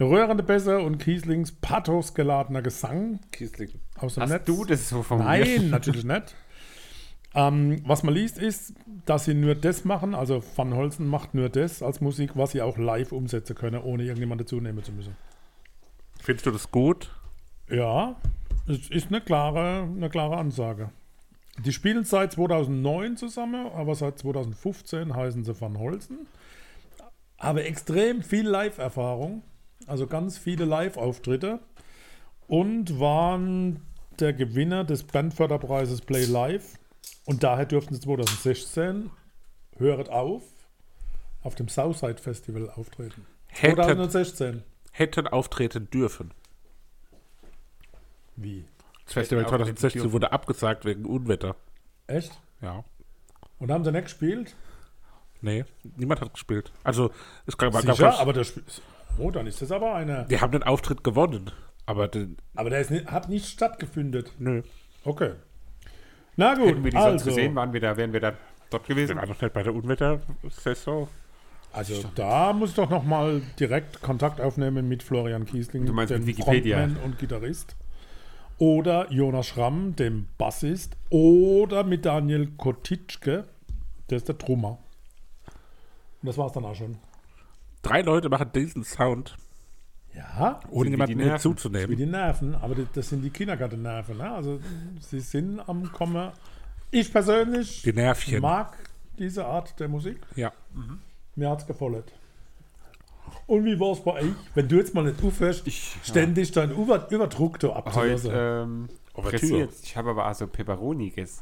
Röhrende Bässe und Kieslings pathos geladener Gesang Kiesling. aus dem Netz. Hast du das so formuliert? Nein, natürlich nicht. Ähm, was man liest, ist, dass sie nur das machen. Also Van Holzen macht nur das als Musik, was sie auch live umsetzen können, ohne irgendjemanden dazu nehmen zu müssen. Findest du das gut? Ja, es ist eine klare, eine klare Ansage. Die spielen seit 2009 zusammen, aber seit 2015 heißen sie Van Holzen. Aber extrem viel Live-Erfahrung, also ganz viele Live-Auftritte und waren der Gewinner des Bandförderpreises Play Live. Und daher durften sie 2016, höret auf, auf dem Southside Festival auftreten. Hätten, 2016. hätten auftreten dürfen. Wie? Das Festival Hätten auftreten 2016 dürfen. wurde abgesagt wegen Unwetter. Echt? Ja. Und haben sie nicht gespielt? Nee, niemand hat gespielt. Also, es gab, gab Sicher, aber der Spiel. Oh, dann ist das aber einer. Die haben den Auftritt gewonnen. Aber den, Aber der ist nicht, hat nicht stattgefunden. nö, Okay. Na Hätten wir gut, die sonst also, gesehen, waren wir da, wären wir da dort wir gewesen. waren noch nicht Also, halt bei der Unwettersaison. also da muss ich doch nochmal direkt Kontakt aufnehmen mit Florian Kiesling, Du meinst dem mit Wikipedia? Frontman und Gitarrist. Oder Jonas Schramm, dem Bassist. Oder mit Daniel Kotitschke, der ist der Trummer. Und das war's dann auch schon. Drei Leute machen diesen Sound, Ja, ohne Sind wie die jemanden Nerven. wie hinzuzunehmen. die Nerven, aber das- das sind die Kindergartennerven. Ne? Also sie sind am Kommen. Ich persönlich Die Nervchen. mag diese Art der Musik. Ja. Mir hat's gefallen. Und wie war's bei euch? Wenn du jetzt mal nicht aufhörst, Ich- ständig deinen Über Überdruck da abzulassen. Heute ähm, Ouvertüre. pressiert. Ich habe aber also Peperoni gegessen.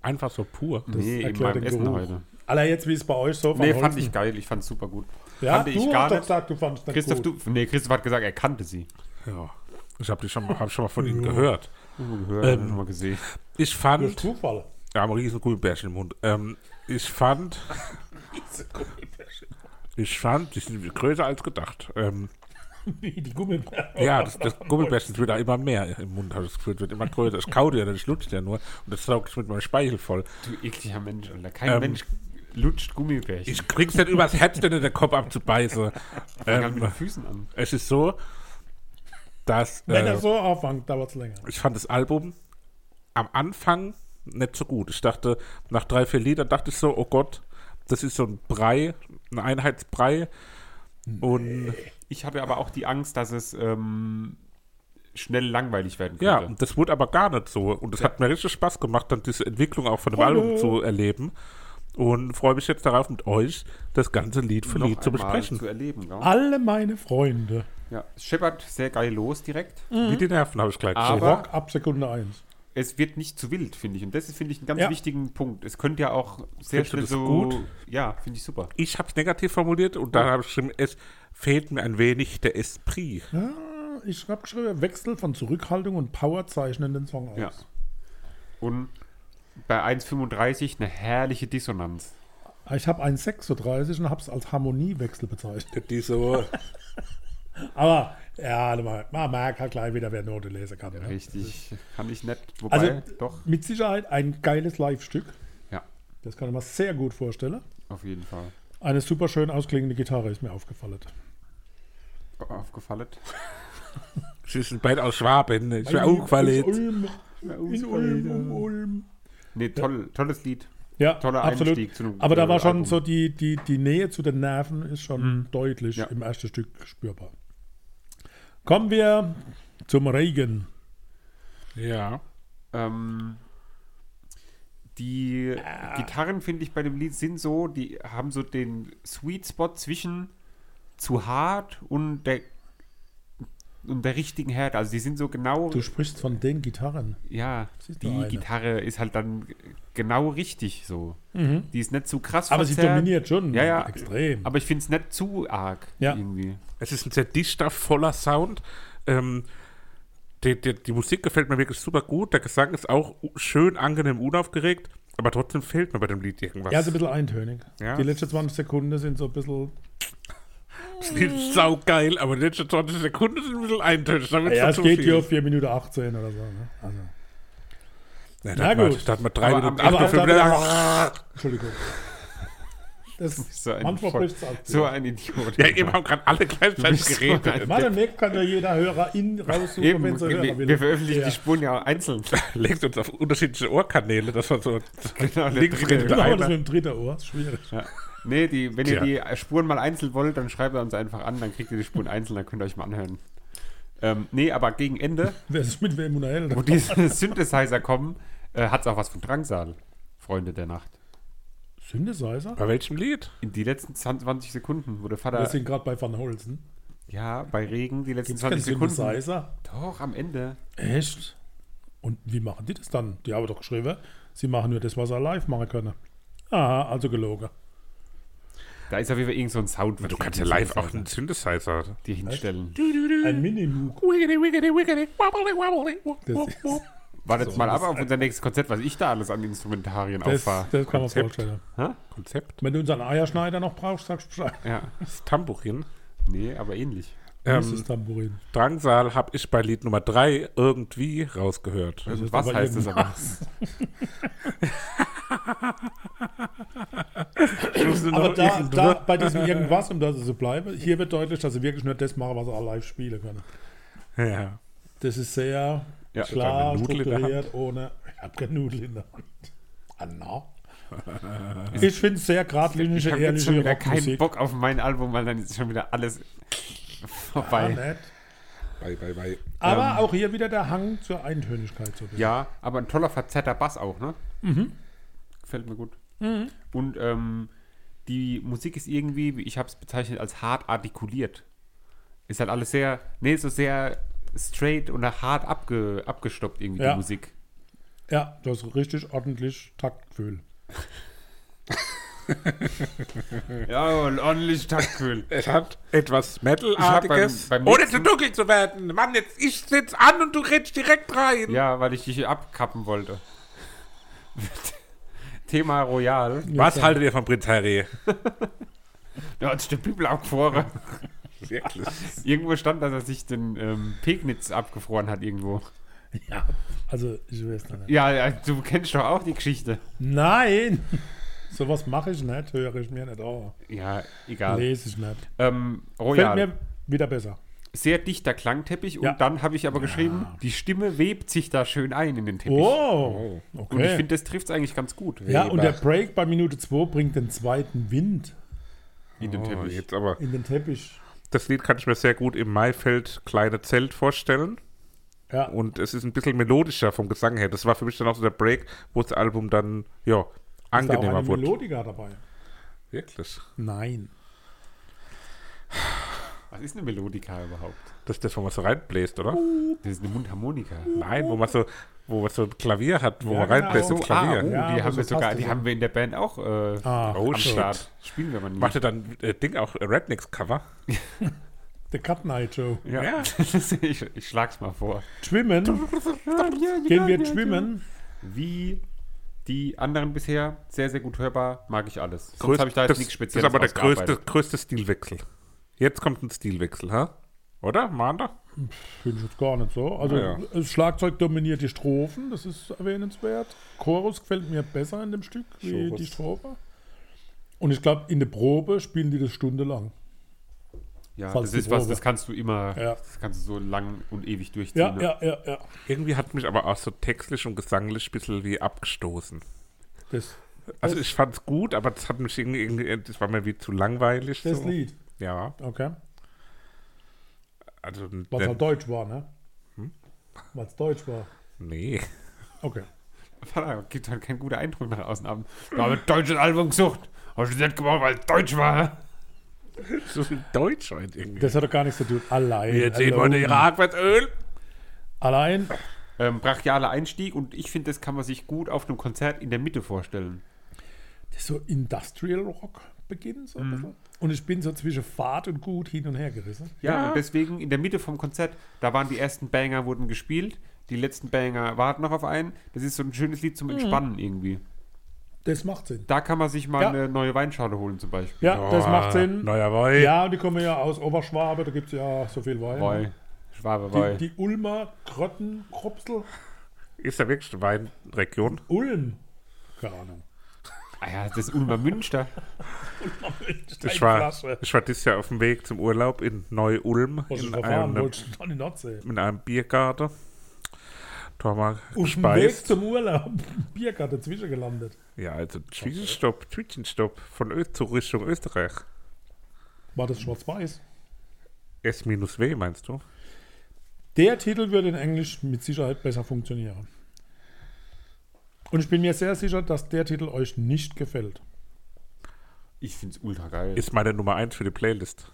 Einfach so pur. Nee, in erklärt meinem den Essen Geruch. heute. Alter, jetzt wie es bei euch so Nee, von fand Holzen- ich geil. Ich fand super gut. Ja, kannte du ich gar hast doch nicht. gesagt, du fandest nicht Christoph, gut. du. Nee, Christoph hat gesagt, er kannte sie. Ja. Ich habe schon, mal- hab schon mal von ihm gehört. Gehört, ähm, schon mal gesehen. Ich Durch fand. Zufall. Ja, haben riesen Gummibärchen im Mund. Ähm, ich fand. Ich fand, die sind größer als gedacht. Ähm, Wie die Gummibärchen. ja, das, das Gummibärchen wird auch immer mehr im Mund, habe ich das Gefühl. Wird immer größer. Ich kau dir, dann schlutscht ja nur. Und das saugt ich mit meinem Speichel voll. Du ekliger Mensch, Alter. Kein Ähm, Mensch lutscht Gummibärchen. Ich krieg's nicht übers Herz, denn in den Kopf abzubeißen. fang halt mit Ähm, den Füßen an. es ist so, dass. Wenn er äh, so anfängt, dauert es länger. ich fand das Album am Anfang nicht so gut. Ich dachte, nach drei, vier Liedern dachte ich so, oh Gott, das ist so ein Brei, ein Einheitsbrei. Und Ich hatte aber auch die Angst, dass es ähm, schnell langweilig werden ja, um könnte. und das wurde aber gar nicht so. Und es hat mir richtig Spaß gemacht, dann diese Entwicklung auch von Oh, dem Album zu erleben. Und freue mich jetzt darauf, mit euch das ganze Lied für Noch Lied zu einmal besprechen. Ah. Zu erleben, gell? Alle meine Freunde. Ja, es scheppert sehr geil los direkt. Wie die Nerven habe ich gleich Aber- gesagt. Rock ab Sekunde 1. Es wird nicht zu wild, finde ich. Und das ist, finde ich, einen ganz Ja. wichtigen Punkt. Es könnte ja auch sehr Findest du schnell das so. gut? Ja, finde ich super. Ich habe es negativ formuliert und dann habe ich geschrieben, es fehlt mir ein wenig der Esprit. Ich habe geschrieben, Wechsel von Zurückhaltung und Power zeichnen den Song aus. Ja. Und bei 1,35 eine herrliche Dissonanz. Ah, Ich habe einen 36 und habe es als Harmoniewechsel bezeichnet. Diese Aber ja, man man merkt halt gleich wieder, wer Note lesen kann. Ne? Richtig. Kann ich nicht. Also Wobei, doch. mit Sicherheit ein geiles Live-Stück. Ja, Das kann ich mir sehr gut vorstellen. auf jeden Fall. Eine super schön ausklingende Gitarre ist mir aufgefallen. Aufgefallen. Sie sind beide aus Schwaben. Ich bin Ulm, auch qualiert. Ulm, in Ulm, um Ulm. Nee, toll, tolles Lied. Ja, Toller absolut. Einstieg zu einem, Aber da äh, war schon Album. so die, die, die Nähe zu den Nerven ist schon deutlich Ja. im ersten Stück spürbar. Kommen wir zum Regen. Ja. Ähm, die Gitarren, finde ich, bei dem Lied sind so, die haben so den Sweet Spot zwischen zu hart und der, und der richtigen Härte. Also die sind so genau, Du sprichst von den Gitarren. ja, siehst du die eine. Gitarre ist halt dann genau richtig so. Die ist nicht zu krass Mhm. Aber sie verzerrt, dominiert schon Ja, ja. extrem. Aber ich finde es nicht zu arg Ja. irgendwie. Es ist ein sehr dichter, voller Sound. Ähm, die, die, die Musik gefällt mir wirklich super gut. Der Gesang ist auch schön, angenehm, unaufgeregt. Aber trotzdem fehlt mir bei dem Lied irgendwas. ja, ist ein bisschen eintönig. Ja. Die letzten 20 Sekunden sind so ein bisschen. das Lied ist saugeil, aber die letzten 20 Sekunden sind ein bisschen eintönig. Da wird's Ja, doch es zu geht viel. hier auf 4 Minuten 18 oder so. Ne? Also, Na, Na da hat man- gut. Da hat man drei Aber Minuten, am- aber acht, fünf am- Minuten. Entschuldigung. Das So ein, manchmal Voll- bricht es ab. so ein Idiot. Ja, eben haben gerade alle gleichzeitig bist so geredet. ein- Mal im Weg kann ja jeder Hörer in raussuchen, Eben, wenn sie Hörer wir, will. wir veröffentlichen ja. die Spuren ja auch einzeln. Legt uns auf unterschiedliche Ohrkanäle, dass man so Genau, der links dritte. redet Genau, das einer. mit dem dritten Ohr. ist Schwierig. Ja. Nee, die, wenn ihr Tja. die Spuren mal einzeln wollt, dann schreibt ihr uns einfach an, dann kriegt ihr die Spuren einzeln, dann könnt ihr euch mal anhören. Ähm, nee, aber gegen Ende, Wer sich mit wem unterhält. wo diese Synthesizer kommen, äh, hat es auch was von Drangsal, Freunde der Nacht. Synthesizer? Bei welchem Lied? In die letzten 20 Sekunden, wo der Vater, Wir sind gerade bei Van Holzen. ja, bei Regen, die letzten Gibt's keinen 20 Sekunden. Synthesizer? Doch, am Ende. Echt? Und wie machen die das dann? Die haben doch geschrieben, sie machen nur das, was sie live machen können. Aha, also gelogen. Da ist auf jeden Fall irgend so ein Sound. Du kannst ja live auch einen Synthesizer. Die hinstellen. Ein Minimoog. Wiggity, wiggity, wiggity, wobbly, wobbly, wop, Das wop, ist- wop. Wartet So, mal das- ab auf unser nächstes Konzert, was ich da alles an Instrumentarien Das, auffahre. das kann man Konzept. vorstellen. Hä? Konzept. Wenn du unseren Eierschneider noch brauchst, sagst du Bescheid. Ja. Das Tambourin. Nee, aber ähnlich. Das Ähm, ist Tambourin. Drangsal habe ich bei Lied Nummer 3 irgendwie rausgehört. Das ist was aber heißt das irgendwas. aber? Aber da, da, bei diesem Irgendwas, um das es so bleibe, hier wird deutlich, dass sie wirklich nur das machen, was sie auch live spielen können. Ja. Das ist sehr Ja, hat klar eine Nudel in der strukturiert, ohne. Ich habe keine Nudel in der Hand. Ah, no. Ich finde es sehr Ich geradlinige, habe jetzt ehrliche schon wieder keinen Rockmusik. Bock auf mein Album, weil dann ist schon wieder alles Ah, vorbei. nett. Bye, bye, bye. Aber Ähm. auch hier wieder der Hang zur Eintönigkeit. So ein bisschen. ja, aber ein toller verzerrter Bass auch, ne? Mhm. Gefällt mir gut. Und ähm, die Musik ist irgendwie, wie ich habe es bezeichnet, als hart artikuliert. Ist halt alles sehr, nee, so sehr straight und hart abge, abgestoppt irgendwie Ja. die Musik. ja, das ist richtig ordentlich Taktgefühl. Ja, und ordentlich Taktgefühl. Es hat etwas Ich Metal-artiges. hab beim- beim Ohne zu nächsten- dunkel zu werden. Mann, jetzt ich sitz an und du redest direkt rein. Ja, weil ich dich abkappen wollte. Thema Royal. Was haltet ihr von Prinz Harry? Da hat sich der Bibel abgefroren. Wirklich. irgendwo stand, dass er sich den ähm, Pegnitz abgefroren hat irgendwo. Ja, also ich weiß noch nicht. Ja, ja, du kennst doch auch die Geschichte. Nein! Sowas mache ich nicht, höre ich mir nicht an. Ja, egal. Lese ich nicht. Ähm, Fällt Royal. mir wieder besser. Sehr dichter Klangteppich. Ja. Und dann habe ich aber geschrieben, die Stimme webt sich da schön ein in den Teppich. Oh, okay. Und ich finde, das trifft es eigentlich ganz gut ja, und der Break bei Minute 2 bringt den zweiten Wind in den Oh, Teppich. jetzt aber. in den Teppich. Das Lied kann ich mir sehr gut im Maifeld kleine Zelt vorstellen. Ja, Und es ist ein bisschen melodischer vom Gesang her. Das war für mich dann auch so der Break, wo das Album dann, ja, ist da auch angenehmer eine wurde. Melodika dabei. Wirklich. Nein. Was ist eine Melodika überhaupt? Das ist das, wo man so reinbläst, oder? Oh. Das ist eine Mundharmonika. Nein, wo man so, wo man so ein Klavier hat, wo man genau. reinbläst ins So, Klavier. Ja, oh, die aber haben so wir sogar, passt die das haben wir in der Band auch äh, Ah, Oh, am shit. Start. Spielen wir mal nie. Machte dann äh, Ding auch äh, Rednecks Cover. The Cut Night Show. Ja. Ja. ich, ich schlag's mal vor. Schwimmen. Gehen wir schwimmen. Wie die anderen bisher, sehr, sehr gut hörbar, mag ich alles. Sonst Größt- habe ich da jetzt nichts Das Spezielles ist aber der ausgearbeitet. größte, größte Stilwechsel. Jetzt kommt ein Stilwechsel, ha? Oder, Mander? Finde ich jetzt gar nicht so. Also, Ja. das Schlagzeug dominiert die Strophen, das ist erwähnenswert. Chorus gefällt mir besser in dem Stück wie Chorus. die Strophe. Und ich glaube, in der Probe spielen die das stundenlang. Ja, Falls das die ist was, Probe. das kannst du immer, Ja. das kannst du so lang und ewig durchziehen. Ja, ne? ja, ja, ja. Irgendwie hat mich aber auch so textlich und gesanglich ein bisschen wie abgestoßen. Das, Also ich fand's gut, aber das hat mich irgendwie, irgendwie das war mir wie zu langweilig. das so. Lied. Ja, Okay. also Was der- halt Deutsch war, ne? Hm? Was Deutsch war. nee. Okay. Verdammt, Gibt halt keinen guten Eindruck nach außen ab. Da haben wir ein deutsches Album gesucht. Hast du das gemacht, weil es deutsch war? So viel Deutsch heute irgendwie. Das hat doch gar nichts zu tun. Allein. Wir sehen heute Irak wird Öl. Allein. Ähm, brachialer Einstieg und ich finde, das kann man sich gut auf einem Konzert in der Mitte vorstellen. Das ist so Industrial Rock beginnt. So ein bisschen. Und ich bin so zwischen Fahrt und Gut hin und her gerissen. Ja, und deswegen in der Mitte vom Konzert, da waren die ersten Banger wurden gespielt, die letzten Banger warten noch auf einen. Das ist so ein schönes Lied Mhm. zum Entspannen irgendwie. Das macht Sinn. Da kann man sich mal Ja. eine neue Weinschale holen zum Beispiel. Ja, das Oh, macht Sinn. Neuer Boy. Ja, und die kommen ja aus Oberschwabe, da gibt es ja so viel Wein. Wei. Schwabe Wei. Die, die Ulmer, Krotten, Kropsel, Ist ja wirklich eine Weinregion. Ulm. Keine Ahnung. ah ja, das Ulmer Münster. Ich war, ich war dieses Jahr auf dem Weg zum Urlaub in Neu-Ulm Was ich in verfahren einem, wollte, schon in die Nordsee. in einem Biergarten. Da haben wir Auf dem Weg gespeist. zum Urlaub. Biergarten dazwischen gelandet. Ja, also Zwischenstopp, Zwischenstopp von Ö zu Richtung Österreich. War das schwarz-weiß? S-W meinst du? Der Titel würde in Englisch mit Sicherheit besser funktionieren. Und ich bin mir sehr sicher, dass der Titel euch nicht gefällt. Ich find's ultra geil. Ist meine Nummer 1 für die Playlist.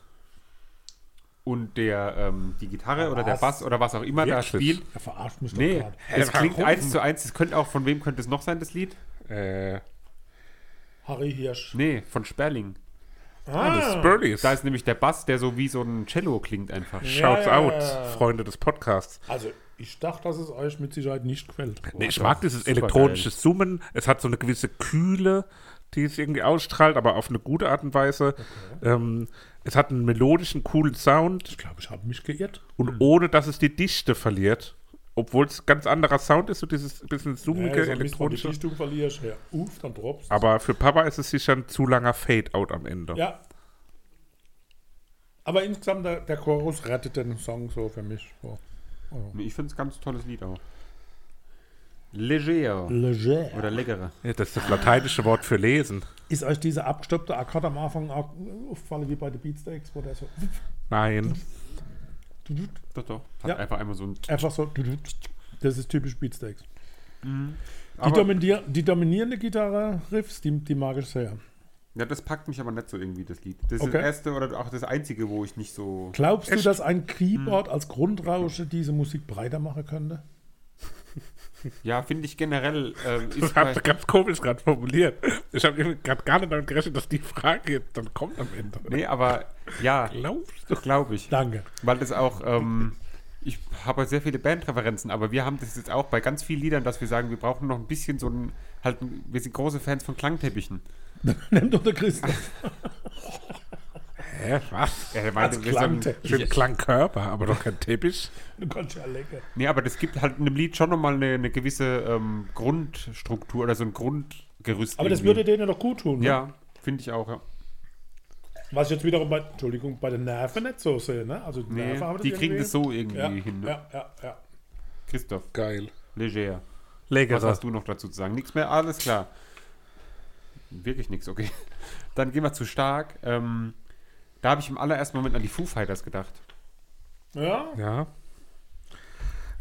und der ähm, die Gitarre oder der Was? Oh Bass oder was auch immer da Wirklich? spielt. Er verarscht mich doch Nee, gerade. das Herr klingt Rufen. eins zu eins. Das könnte auch von wem könnte es noch sein, das Lied? Äh, Harry Hirsch. Nee, von Sperling. ah, Spurlies. Da ist nämlich der Bass, der so wie so ein Cello klingt einfach. Shouts Ja, ja, out, ja. Freunde des Podcasts. Also, Ich dachte, dass es euch mit Sicherheit nicht quält. Nee, ich mag dieses supergeil. elektronische Summen. Es hat so eine gewisse Kühle, die es irgendwie ausstrahlt, aber auf eine gute Art und Weise. Ähm, es hat einen melodischen, coolen Sound Ich glaube, ich habe mich geirrt. und ohne, dass es die Dichte verliert. Obwohl es ganz anderer Sound ist, so dieses bisschen summige, so ein bisschen elektronische. Die Dichtung verlierst, ja. Uff, dann droppst Aber für Papa ist es sicher ein zu langer Fade-Out am Ende. Ja. Aber insgesamt, der, der Chorus rettet den Song so für mich. So. Ich finde es ganz tolles Lied auch. Leger. Leger. Oder leckere. Ja, das ist das lateinische Wort für lesen. Ist euch dieser abgestöppte Akkord am Anfang auch aufgefallen, wie bei The Beatsteaks, wo der so Nein. Doch, doch. Hat Ja. einfach einmal so ein. einfach so. Das ist typisch Beatsteaks. Die, Mhm. Aber- dominier die dominierende Gitarre-Riffs, die, die mag ich sehr. Ja, das packt mich aber nicht so irgendwie, das Lied. Das ist Okay. das erste oder auch das einzige, wo ich nicht so. Glaubst du, dass ein Keyboard Mhm. als Grundrausche diese Musik breiter machen könnte? Ja, finde ich generell. ähm, ist Das bei, hast du ganz komisch gerade formuliert. Ich habe gerade gar nicht damit gerechnet, dass die Frage jetzt dann kommt am Ende. nee, aber ja, Glaubst du? glaube ich. Danke. Weil das auch, ähm, ich habe sehr viele Bandreferenzen, aber wir haben das jetzt auch bei ganz vielen Liedern, dass wir sagen, wir brauchen noch ein bisschen so ein, halt, ein- wir sind große Fans von Klangteppichen. Nimm doch der Christoph. Hä, was? Ja, Als Also wir sagen- Klangteppich. Schön Klangkörper, aber doch kein Teppich. Du kannst ja lecker. Nee, aber das gibt halt in einem Lied schon nochmal eine, eine gewisse ähm, Grundstruktur oder so ein Grundgerüst. Aber das irgendwie. würde denen ja doch gut tun. ne? Ja, finde ich auch, ja. Was ich jetzt wiederum bei, Entschuldigung, bei den Nerven nicht so sehe, ne? Also die, Nee, Nerven haben die kriegen irgendwie- das so irgendwie ja, hin. Ne? Ja, ja, ja. Christoph, Geil. leger. Was Legerer. hast du noch dazu zu sagen? Nichts mehr? Alles klar. Wirklich nichts, okay. Dann gehen wir zu stark. Ähm, da habe ich im allerersten Moment an die Foo Fighters gedacht. Ja, Ja. ja,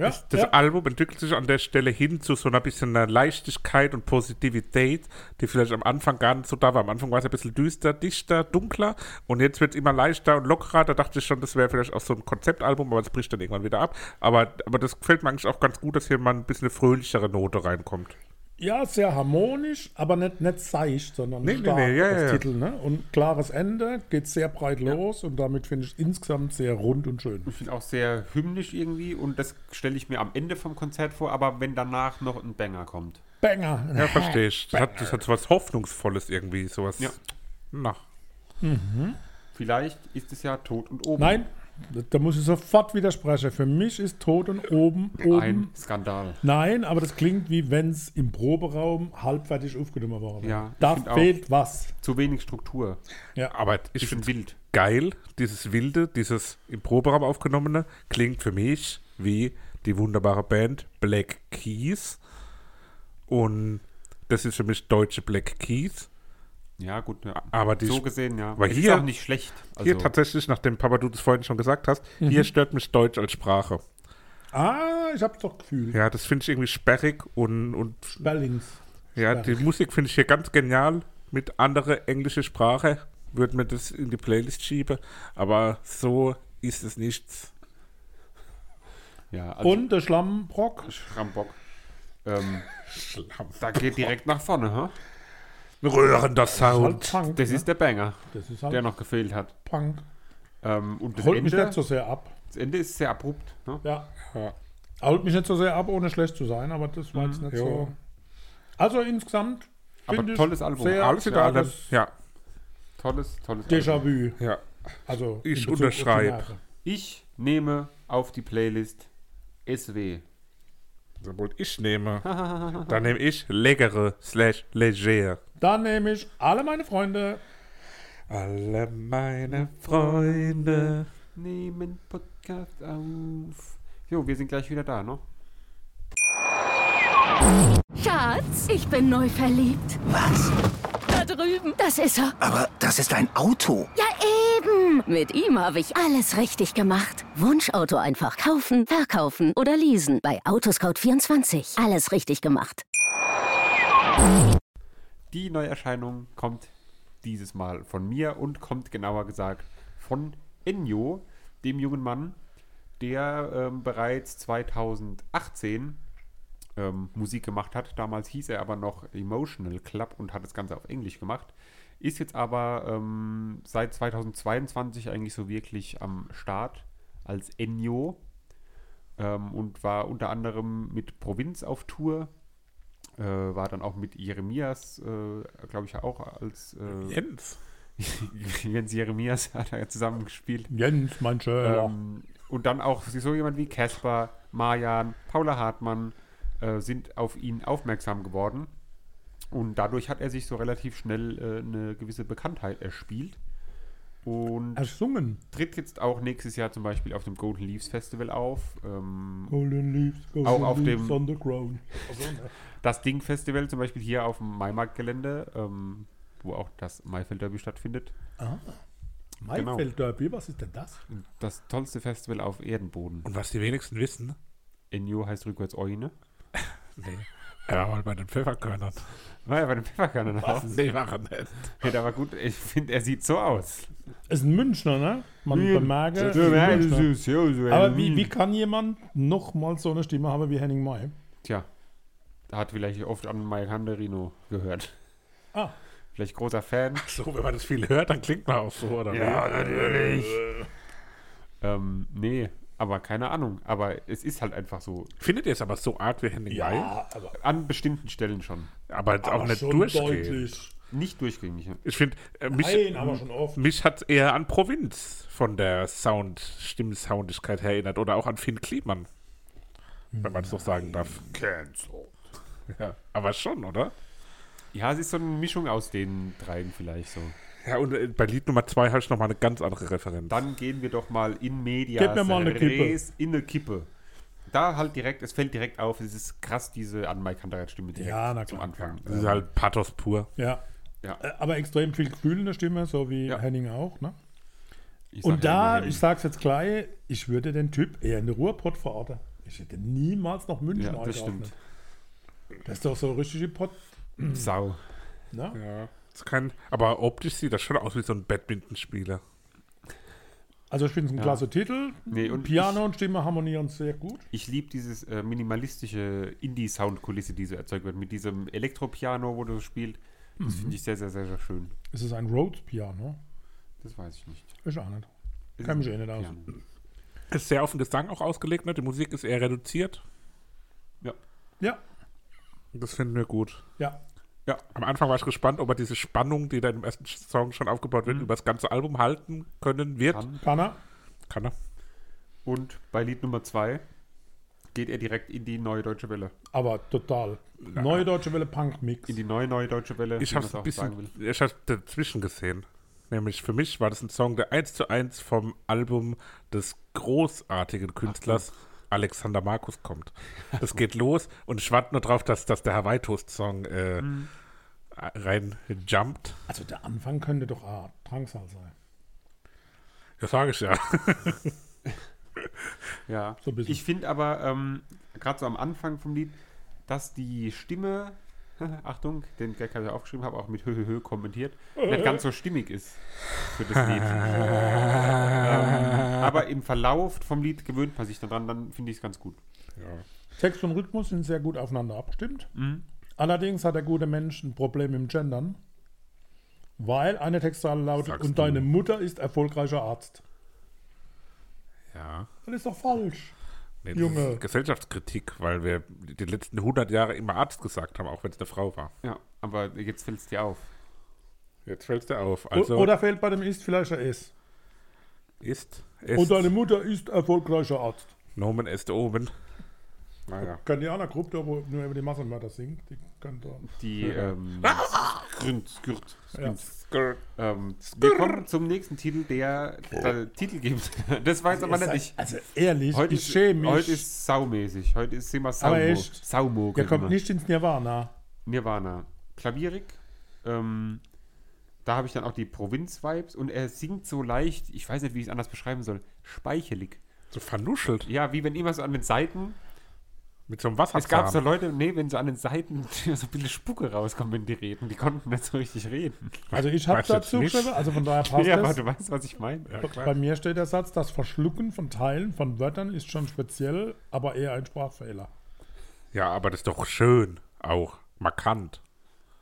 Das ja. Album entwickelt sich an der Stelle hin zu so einer bisschen einer Leichtigkeit und Positivität, die vielleicht am Anfang gar nicht so da war. Am Anfang war es ein bisschen düster, dichter, dunkler und jetzt wird es immer leichter und lockerer. Da dachte ich schon, das wäre vielleicht auch so ein Konzeptalbum, aber es bricht dann irgendwann wieder ab. Aber, aber das gefällt mir eigentlich auch ganz gut, dass hier mal ein bisschen eine fröhlichere Note reinkommt. ja, sehr harmonisch, aber nicht, nicht seicht, sondern Nee, nee, stark nee, ja, das ja, ja. Titel. Ne? Und klares Ende, geht sehr breit los und damit finde ich insgesamt sehr rund und schön. Ich finde auch sehr hymnisch irgendwie und das stelle ich mir am Ende vom Konzert vor, aber wenn danach noch ein Banger kommt. Banger! Ja, verstehe ich. Das hat, das hat so was Hoffnungsvolles irgendwie, sowas. Ja. Na, Vielleicht ist es ja tot und oben. Nein, da- da muss ich sofort widersprechen. Für mich ist Tod und Oben oben. Ein Skandal. Nein, aber das klingt wie wenn es im Proberaum halbfertig aufgenommen worden wäre. Ja, ich da find auch. fehlt was. Zu wenig Struktur. aber ich Bisschen finde wild. geil, dieses wilde, dieses im Proberaum aufgenommene, klingt für mich wie die wunderbare Band Black Keys. Und das ist für mich deutsche Black Keys. Ja, gut. Ja. Aber die so Sp- gesehen, ja. aber Es hier- ist auch nicht schlecht. Also, Hier tatsächlich, nachdem Papa du das vorhin schon gesagt hast, hier stört mich Deutsch als Sprache. Ah, ich hab's doch gefühlt. Ja, das finde ich irgendwie sperrig und, und Spellings. ja, Sperrig. die Musik finde ich hier ganz genial. Mit andere englische Sprache würde mir das in die Playlist schieben, aber so ist es nichts. ja, also Und der Schlammbrock. Rambock. Ähm, da geht direkt nach vorne, ha? Rührender Halt Sound. Punk. Das ist der Banger, das ist halt der noch gefehlt hat. Punk. Ähm, und das Holt mich Ende, nicht so sehr ab. das Ende ist sehr abrupt. Ne? Ja. Holt mich nicht so sehr ab, ohne schlecht zu sein, aber das war jetzt nicht so. Also insgesamt. Aber find ich tolles Album. Sehr Alles in allem. starkes Ja, Tolles, tolles Album. Déjà-vu. ja. Also Ich in Bezug auf die unterschreibe. Jahre. Ich nehme auf die Playlist SW. Obwohl ich nehme. Dann nehme ich leckere slash leger. Dann nehme ich alle meine Freunde. Alle meine Freunde. Nehmen Podcast auf. Jo, wir sind gleich wieder da, ne? Schatz, ich bin neu verliebt. Was? Da drüben. Das ist er. Aber das ist ein Auto. Ja, eben. Mit ihm habe ich alles richtig gemacht. Wunschauto einfach kaufen, verkaufen oder leasen. Bei Autoscout24. Alles richtig gemacht. Die Neuerscheinung kommt dieses Mal von mir und kommt genauer gesagt von Ennio, dem jungen Mann, der ähm, bereits 2018 ähm, Musik gemacht hat. Damals hieß er aber noch Emotional Club und hat das Ganze auf Englisch gemacht. Ist jetzt aber ähm, seit 2022 eigentlich so wirklich am Start als Ennio ähm, und war unter anderem mit Provinz auf Tour. Äh, war dann auch mit Jeremias, äh, glaube ich, auch als äh, Jens. Jens Jeremias hat er zusammen gespielt. Jens, mein Sherlock. Ähm, und dann auch so jemand wie Caspar, Marjan, Paula Hartmann äh, sind auf ihn aufmerksam geworden. Und dadurch hat er sich so relativ schnell äh, eine gewisse Bekanntheit erspielt. Und Also Ersungen. tritt jetzt auch nächstes Jahr zum Beispiel auf dem Golden Leaves Festival auf. Ähm, Golden Leaves, Golden Auch auf Leaves dem- on the ground. das Ding Festival zum Beispiel hier auf dem Maimarktgelände, ähm, wo auch das Maifeld Derby stattfindet. Maifeld Derby, was ist denn das? Das tollste Festival auf Erdenboden. Und was die wenigsten wissen, Enyo heißt rückwärts Eune. nee, er war mal bei den Pfefferkörnern. War ja bei den Pfefferkörnern auch. Nee, war er nicht. Ja, aber gut, ich finde, er sieht so aus. Ist ein Münchner, ne? Man bemerke. ist ein Münchner. Aber wie, wie kann jemand nochmal so eine Stimme haben wie Henning May? Tja, hat vielleicht oft an Mike Handerino gehört. Ah. Vielleicht großer Fan. So, wenn man das viel hört, dann klingt man auch so, oder? wie? natürlich. Ähm, nee, aber keine Ahnung. Aber es ist halt einfach so. Findet ihr es aber so arg wie Henning May? aber, An bestimmten Stellen schon. Aber jetzt auch aber nicht schon durchgehend. deutlich. Nicht durchgängig. ne? Ich finde, äh, mich, Nein, aber schon oft. mich hat eher an Provinz von der Sound, Stimmsoundigkeit her erinnert oder auch an Finn Kliman, wenn man es so sagen darf. Cancel. Ja, aber schon, oder? Ja, es ist so eine Mischung aus den dreien vielleicht so. Ja, und äh, bei Lied Nummer 2 habe ich nochmal eine ganz andere Referenz. Dann gehen wir doch mal in Medias Gib mir mal eine Kippe. Res in eine Kippe. Da halt direkt, es fällt direkt auf, es ist krass, diese an Mike Handerrad-Stimme direkt Ja, na zum klar. Anfang. das ist halt Pathos pur. Ja. Ja. Äh, Aber extrem viel Gefühl in der Stimme, so wie Ja. Henning auch, ne? Ich sag Und ja da, immer, ähm, ich sag's jetzt gleich, ich würde den Typ eher in den Ruhrpott verorten. Ich hätte niemals nach München Ja, das eingeordnet. stimmt. Mhm. Das ist doch so richtig Pott, Sau. ne? Ja. Das kann, aber optisch sieht das schon aus wie so ein Badmintonspieler. Also ich finde es ein klasse Titel. Nee, und Piano und Stimme harmonieren sehr gut. Ich liebe dieses äh, minimalistische Indie-Soundkulisse, die so erzeugt wird, mit diesem Elektropiano, wo du spielst. Das Mhm. finde ich sehr, sehr, sehr, sehr schön. Es ist ein Rhodes-Piano. Das weiß ich nicht. Ich auch nicht. Es Kann ist mich eh nicht aus. Piano. Ist sehr auf den Gesang auch ausgelegt, ne? Die Musik ist eher reduziert. Ja. Ja, Das finden wir gut. ja. Ja, am Anfang war ich gespannt, ob er diese Spannung, die da im ersten Song schon aufgebaut wird, über das ganze Album halten können wird. Kann. Panna. Kann er. Und bei Lied Nummer 2 geht er direkt in die neue deutsche Welle. Aber total. Neue Deutsche Welle Punk-Mix. In die neue, neue deutsche Welle. Ich wie man hab's es ein auch sagen bisschen, ich hab's dazwischen gesehen. Nämlich für mich war das ein Song, der 1 zu 1 vom Album des großartigen Künstlers Alexander Markus kommt. Das geht los und ich warte nur drauf, dass, dass der Hawaii-Toast-Song äh, Mhm. rein jumpt. Also der Anfang könnte doch ah, Drangsal sein. Das sage ich ja. Ja, So ein bisschen. ich finde aber ähm, gerade so am Anfang vom Lied, dass die Stimme, Achtung, den Gag habe ich aufgeschrieben, habe auch mit Hö, Hö, Hö kommentiert, nicht ganz so stimmig ist für das Lied. ähm, aber im Verlauf vom Lied gewöhnt man sich daran, dann finde ich es ganz gut. Text und Rhythmus sind sehr gut aufeinander abgestimmt. Mhm. Allerdings hat der gute Mensch ein Problem im Gendern, weil eine Textzeile lautet, Sagst und du. deine Mutter ist erfolgreicher Arzt. Ja. Das ist doch falsch. Nee, das Junge. Ist Gesellschaftskritik, weil wir die letzten 100 Jahre immer Arzt gesagt haben, auch wenn es eine Frau war. Ja, aber jetzt fällt es dir auf. Jetzt fällst du auf. O- Also Oder fehlt bei dem Ist vielleicht ein S. ist, ist Und deine Mutter ist erfolgreicher Arzt. Nomen est Omen. Naja. Kann die andere Gruppe, die wo nur über die Massenmörder singt, die kann da. Die ähm, Skrt, Skrt, Skrt. Ja. Ähm, wir kommen zum nächsten Titel, der, der Titel gibt. Das weiß aber nicht ich. Also ehrlich, Heute ich ist, schäme mich. heute ist saumäßig. Heute ist immer Saumo. Aber echt? Saumo. Der kennt kommt man. nicht ins Nirvana. Nirvana. Klavierig. Ähm, da habe ich dann auch die Provinz-Vibes und er singt so leicht, ich weiß nicht, wie ich es anders beschreiben soll, speichelig. So vernuschelt. Ja, wie wenn immer so an den Seiten, Mit so einem Wasserzahn. es gab so Leute, nee, wenn so an den Seiten so ein bisschen Spucke rauskommt, wenn die reden, die konnten nicht so richtig reden. Also ich habe Weiß jetzt dazu nicht. geschrieben, also von daher passt ja, das. aber du weißt, was ich meine. ja, Bei klar. mir steht der Satz, das Verschlucken von Teilen von Wörtern ist schon speziell, aber eher ein Sprachfehler. ja, aber das ist doch schön. Auch markant.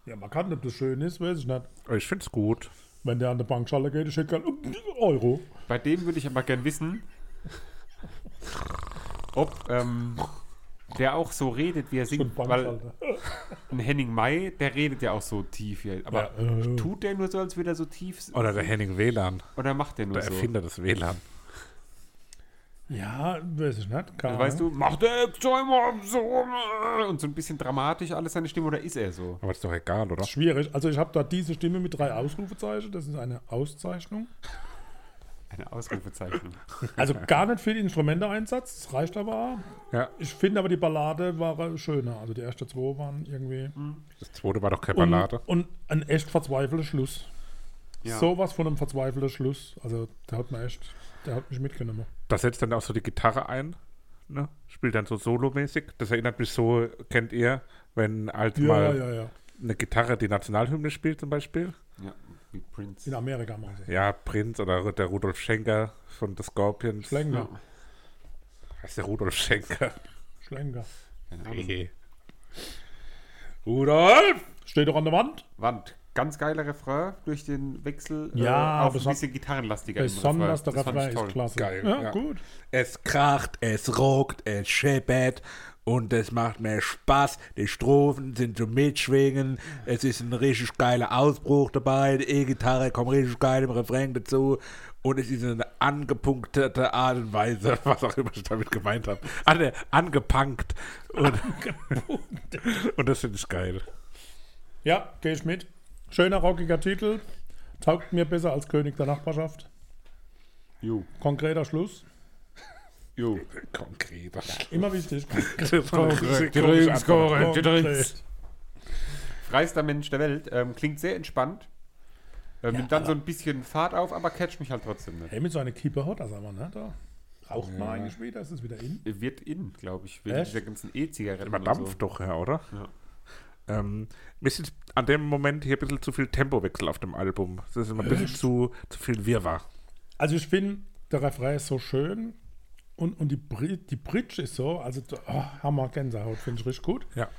Ja, man kann, ob das schön ist, weiß ich nicht. Ich finde es gut. Wenn der an der Bankschale geht, ich hätte gern Euro. Bei dem würde ich aber gern wissen, ob ähm, der auch so redet, wie er singt. Und Weil Bankschalter. ein Henning May, der redet ja auch so tief hier. Aber Ja, äh. tut der nur so, als würde er so tief s- Mhm. Oder der Henning WLAN, oder macht der nur der so? Erfinder des WLAN. Ja, weiß ich nicht. Keine Also, weißt Ahnung. du, macht der Ex-Timer so äh, und so ein bisschen dramatisch alles seine Stimme oder ist er so? Aber ist doch egal, oder? Schwierig. Also ich habe da diese Stimme mit drei Ausrufezeichen. Das ist eine Auszeichnung. Eine Ausrufezeichnung. Also gar nicht viel Instrumenteeinsatz. Das reicht aber. auch. Ja. Ich finde aber die Ballade war schöner. Also die ersten zwei waren irgendwie... Das zweite war doch keine Ballade. Und, und ein echt verzweifelter Schluss. Sowas von einem verzweifelten Schluss. Also der hat mir echt... Der hat mich mitgenommen. Da setzt dann auch so die Gitarre ein, ne? spielt dann so solomäßig. Das erinnert mich so, kennt ihr, wenn halt Ja, mal ja, ja. eine Gitarre die Nationalhymne spielt zum Beispiel. Ja, wie In Prince. Amerika machen sie. Ja, Prinz oder der Rudolf Schenker von The Scorpions. Schlenger. Heißt der Rudolf Schenker? Schlenger. Nee. Rudolf! Steht doch an der Wand. Wand. Ganz geiler Refrain durch den Wechsel Ja, äh, auf ein beson- bisschen gitarrenlastiger. im Besonders der Das fand ich Refrain ist toll. klasse. Geil, Ja, ja. gut. Es kracht, es rockt, es scheppert und es macht mehr Spaß. Die Strophen sind zum Mitschwingen. Es ist ein richtig geiler Ausbruch dabei. Die E-Gitarre kommt richtig geil im Refrain dazu. Und es ist eine angepunktete Art und Weise, was auch immer ich damit gemeint habe. Ah, ne, angepankt. Und, und das finde ich geil. Ja, gehe ich mit. Schöner, rockiger Titel. Taugt mir besser als König der Nachbarschaft. Jo, Konkreter Schluss. jo. Konkret. Immer wichtig. Konkret. Konkret. Freister Mensch der Welt. Ähm, klingt sehr entspannt. Ähm, nimmt dann so ein bisschen Fahrt auf, aber catcht mich halt trotzdem nicht. Hey, mit so einer Kippe hat das aber, ne? Da raucht man eigentlich wieder, ist es wieder in. Wird in, glaube ich, wegen Echt? dieser ganzen E-Zigaretten. Man und dampft so. doch, ja, oder? Ja. Ähm, mir sind an dem Moment hier ein bisschen zu viel Tempowechsel auf dem Album. Das ist immer ein bisschen zu, zu viel Wirrwarr. Also ich finde, der Refrain ist so schön und, und die, Bri die Bridge ist so, also da- oh, Hammer Gänsehaut, finde ich richtig gut. Ja.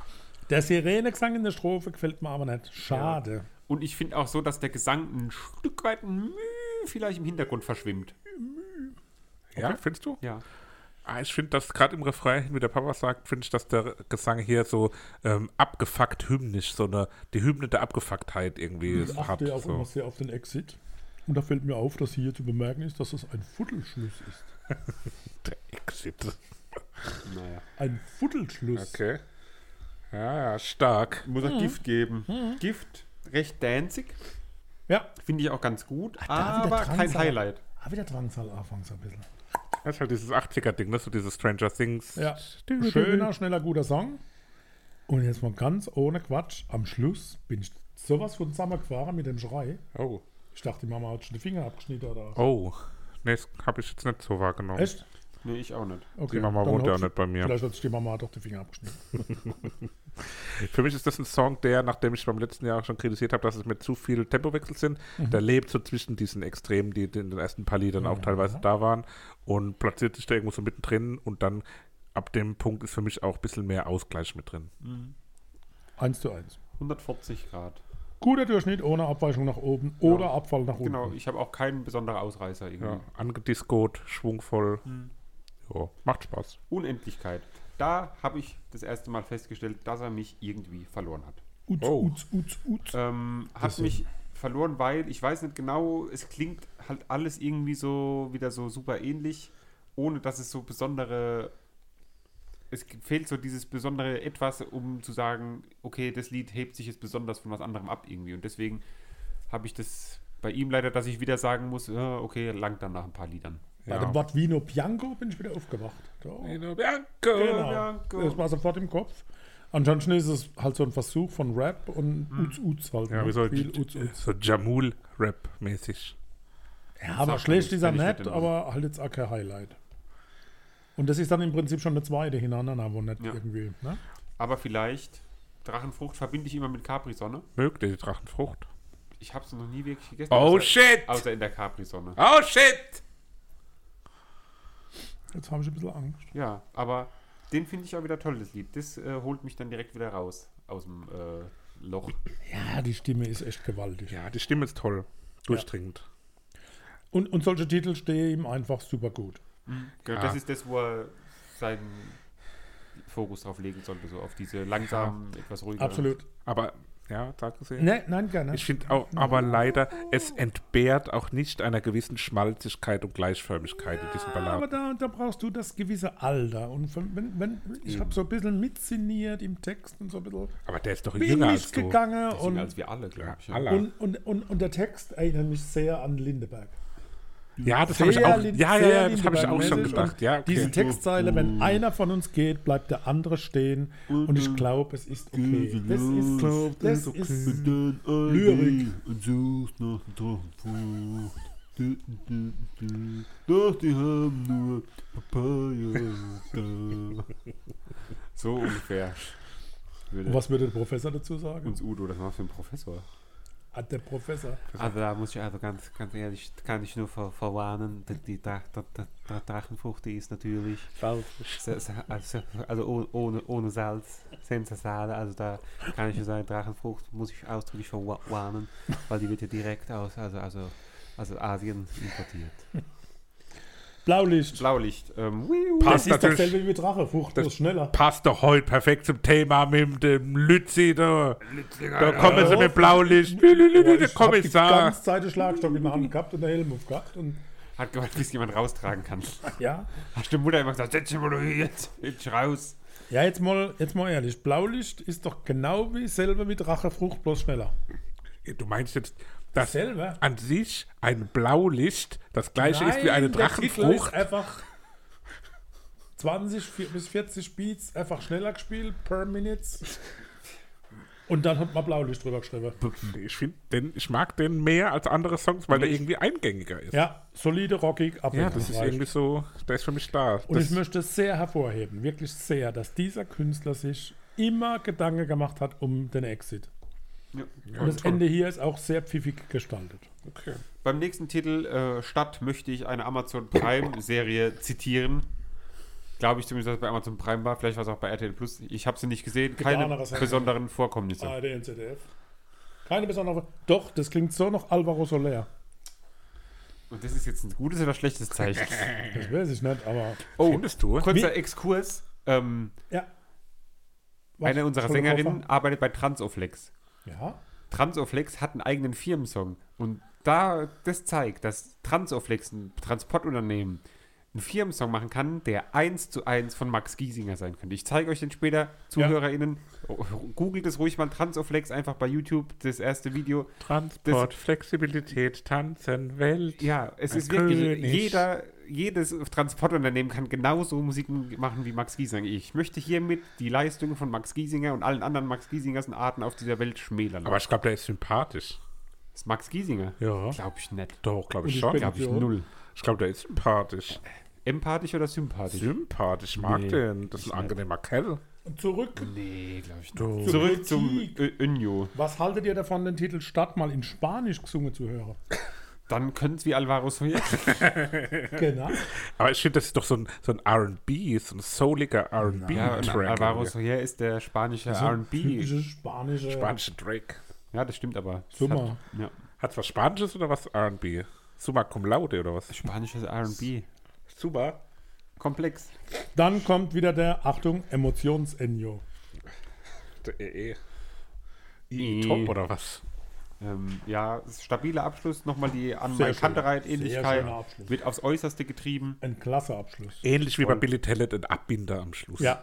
Der Sirenegesang in der Strophe gefällt mir aber nicht. Schade. Und ich finde auch so, dass der Gesang ein Stück weit müh vielleicht im Hintergrund verschwimmt. Ja, findest du? Ja. Ah, ich finde, dass gerade im Refrain, wie der Papa sagt, finde ich, dass der Gesang hier so ähm, abgefuckt hymnisch, so eine, die Hymne der Abgefucktheit irgendwie Ich hat. achte ja auch so. immer sehr auf den Exit. Und da fällt mir auf, dass hier zu bemerken ist, dass es ein Viertelschluss ist. Der Exit. Naja. Ein Viertelschluss. Okay. Ja, ja, stark. Muss Mhm. auch Gift geben. Gift, recht danzig. Ja, Finde ich auch ganz gut, Ah, da wieder aber dran kein sein. Highlight. Ah, wieder Drangsal anfangs ein bisschen. Das ist halt dieses 80er-Ding, ne? So dieses Stranger Things. Ja. Schöner, schneller, guter Song. Und jetzt mal ganz ohne Quatsch. Am Schluss bin ich sowas von zusammengefahren mit dem Schrei. Oh. Ich dachte, die Mama hat schon die Finger abgeschnitten oder. Oh. Nee, das habe ich jetzt nicht so wahrgenommen. Echt? Nee, ich auch nicht. Okay. Die Mama dann wohnt ja hat sie- nicht bei mir. Vielleicht hat sich die Mama doch die Finger abgeschnitten. Für mich ist das ein Song, der, nachdem ich beim letzten Jahr auch schon kritisiert habe, dass es mit zu viel Tempowechsel sind, der lebt so zwischen diesen Extremen, die in den ersten paar Liedern auch teilweise da waren und platziert sich da irgendwo so mittendrin und dann ab dem Punkt ist für mich auch ein bisschen mehr Ausgleich mit drin. Eins zu eins. 140 Grad. Guter Durchschnitt ohne Abweichung nach oben oder Abfall nach unten. Genau, ich habe auch keinen besonderen Ausreißer irgendwie. Ja, Mhm. angediscot, schwungvoll. Ja, macht Spaß. Unendlichkeit. Da habe ich das erste Mal festgestellt, dass er mich irgendwie verloren hat. Uts, Oh. uts, uts, uts. Ähm, hat mich verloren, weil ich weiß nicht genau, es klingt halt alles irgendwie so wieder so super ähnlich, ohne dass es so besondere. Es g- fehlt so dieses besondere Etwas, um zu sagen, okay, das Lied hebt sich jetzt besonders von was anderem ab irgendwie. Und deswegen habe ich das bei ihm leider, dass ich wieder sagen muss, äh, okay, langt dann nach ein paar Liedern. Bei dem Wort Vino Bianco bin ich wieder aufgewacht. Da. Genau. Bianco. Das war sofort im Kopf. Ansonsten ist es halt so ein Versuch von Rap und Hm. Uts Uts halt. Ja, ne? wie soll Viel Uts Uts. so Jamul-Rap-mäßig. Ja, aber sagt schlecht man ist er nicht, wenn ich nicht, wette, ne? aber halt jetzt auch kein Highlight. Und das ist dann im Prinzip schon eine zweite hintereinander, wo nicht Ja. irgendwie. Ne? Aber vielleicht, Drachenfrucht verbinde ich immer mit Capri-Sonne. Mögt ihr die Drachenfrucht? Ich habe es noch nie wirklich gegessen. Oh, außer- shit! Außer in der Capri-Sonne. Oh shit! Jetzt habe ich ein bisschen Angst. Ja, aber den finde ich auch wieder toll, das Lied. Das äh, holt mich dann direkt wieder raus aus dem äh, Loch. Ja, die Stimme ist echt gewaltig. Ja, die Stimme ist toll. Durchdringend. Und, und solche Titel stehen ihm einfach super gut. Genau, Das ist das, wo er seinen Fokus drauf legen sollte, so auf diese langsamen, etwas ruhiger. Absolut. Aber, ja, sag gesehen. Nee, nein, gerne. Ich finde auch, aber leider, es entbehrt auch nicht einer gewissen Schmalzigkeit und Gleichförmigkeit in diesem aber Ballad. da, da brauchst du das gewisse Alter. Und von- wenn, wenn, ich habe so ein bisschen mitsinniert im Text und so ein bisschen Aber der ist doch bin jünger als ich du. gegangen Deswegen und, als wir alle, glaube ich. Ja, alle. und, und, und, und der Text erinnert mich sehr an Lindeberg. Ja, das habe ich Sehr auch. Lin- Ja, ja, sehr ja, das habe ich auch schon Lindeberg-mäßig. gedacht. Und Ja, okay. Mm. Diese Textzeile, wenn einer von uns geht, bleibt der andere stehen Mm-hmm. und ich glaube, es ist okay. Das ist, das ist Lyrik. Und suchst nach der Trockenfrucht. Du, du, du. Doch, die haben nur Papaya. da. So ungefähr. Würde Und was würde der Professor dazu sagen? uns Udo, das war für ein Professor. Hat der Professor. Also da muss ich also ganz, ganz ehrlich, kann ich nur ver verwarnen, die, die, Dra- Dra- Dra- Dra- Drachenfrucht, die ist natürlich Se- se- also, also oh- ohne, ohne Salz, sensationell, also da kann ich nur sagen, Drachenfrucht muss ich ausdrücklich verwarnen, weil die wird ja direkt aus, also, also, also Asien importiert. Blaulicht. Blaulicht, ähm, Das Passt ist natürlich. dasselbe wie mit Drache. Frucht Das- ist schneller. Passt doch heute perfekt zum Thema mit dem Lützi da. Da kommen sie mit Blaulicht. Der ich hab die Kommissar. ganze Zeit den Schlagstock in der Hand gehabt und der Helm aufgehabt. Und hat gemeint, bis jemand raustragen kann. ja. Hast du Mutter immer gesagt, setz dich mal hier, jetzt, jetzt raus. Ja, jetzt mal, jetzt mal ehrlich. Blaulicht ist doch genau wie selber mit Rachefrucht, bloß schneller. Du meinst jetzt, dass Selber? an sich ein Blaulicht das gleiche ist wie eine Nein, der Titel ist Drachenfrucht? einfach 20 vi- bis 40 Beats einfach schneller gespielt, per Minutes. Und dann hat man Blaulicht drüber geschrieben. Ich, find den, ich mag den mehr als andere Songs, weil der irgendwie eingängiger ist. Ja, solide, rockig, ab Ja, das ist irgendwie so, der ist für mich da. Und das, ich möchte sehr hervorheben, wirklich sehr, dass dieser Künstler sich immer Gedanken gemacht hat um den Exit. ja, Und das toll. Ende hier ist auch sehr pfiffig gestaltet. Okay. Beim nächsten Titel äh, Stadt möchte ich eine Amazon Prime-Serie zitieren. Glaube ich zumindest, dass es bei Amazon Prime war. Vielleicht war es auch bei RTL Plus. Ich habe sie nicht gesehen. Gibt auch Keine noch was anderes. Ah. besonderen Vorkommnisse. ARD und ZDF. Keine besondere. Doch, das klingt so noch Alvaro Soler. Und das ist jetzt ein gutes oder schlechtes Zeichen? Das weiß ich nicht, aber. Oh, Findest du? Kurzer Exkurs. Ähm, Ja. Was? eine unserer Soll ich Sängerinnen aufmachen? arbeitet bei Transoflex. Ja. Transoflex hat einen eigenen Firmensong. Und da das zeigt, dass Transoflex, ein Transportunternehmen, einen Firmensong machen kann, der eins zu eins von Max Giesinger sein könnte. Ich zeige euch den später, ZuhörerInnen. Googelt es ruhig mal Transoflex einfach bei YouTube, das erste Video. Transport, Flexibilität, Tanzen, Welt. Ja, es Ein ist wirklich, König. jeder, jedes Transportunternehmen kann genauso Musik machen wie Max Giesinger. Ich möchte hiermit die Leistungen von Max Giesinger und allen anderen Max Giesingers und Arten auf dieser Welt schmälern. Aber ich glaube, der ist sympathisch. ist Max Giesinger? Ja. Glaube ich nicht. Doch, glaube Und ich ich schon. bin- Glaub Glaube ich ich Ja. null. ich glaube, der ist sympathisch. Empathisch oder sympathisch? Sympathisch, ich mag Nee, den. Das ist ein angenehmer Kerl. Zurück. nee, glaube ich nicht. Du. Zurück zum Politik. Ö- Önjo. Was haltet ihr davon, den Titel Stadt mal in Spanisch gesungen zu hören? Dann können es wie Alvaro Soler. Genau. Aber ich finde, das ist doch so ein, so ein R&B, so ein souliger ja, und R&B-Track. Alvaro Soler ist der spanische R&B. Typische spanische. Spanische Drake. Ja, das stimmt aber. Das Summa. hat- Ja. Hat's was Spanisches oder was R&B? Summa cum laude oder was? Spanisches R&B. Super. Komplex. Dann kommt wieder der, Achtung, Emotions-Ennio. E, e. Top oder was? Ähm, ja, stabiler Abschluss, nochmal die an Sehr schön. mein Sehr Kantereit-Ähnlichkeit. schöner Abschluss. Wird aufs Äußerste getrieben. Ein klasse Abschluss. Ähnlich wie bei Billy Talent, ein Abbinder am Schluss. Ja.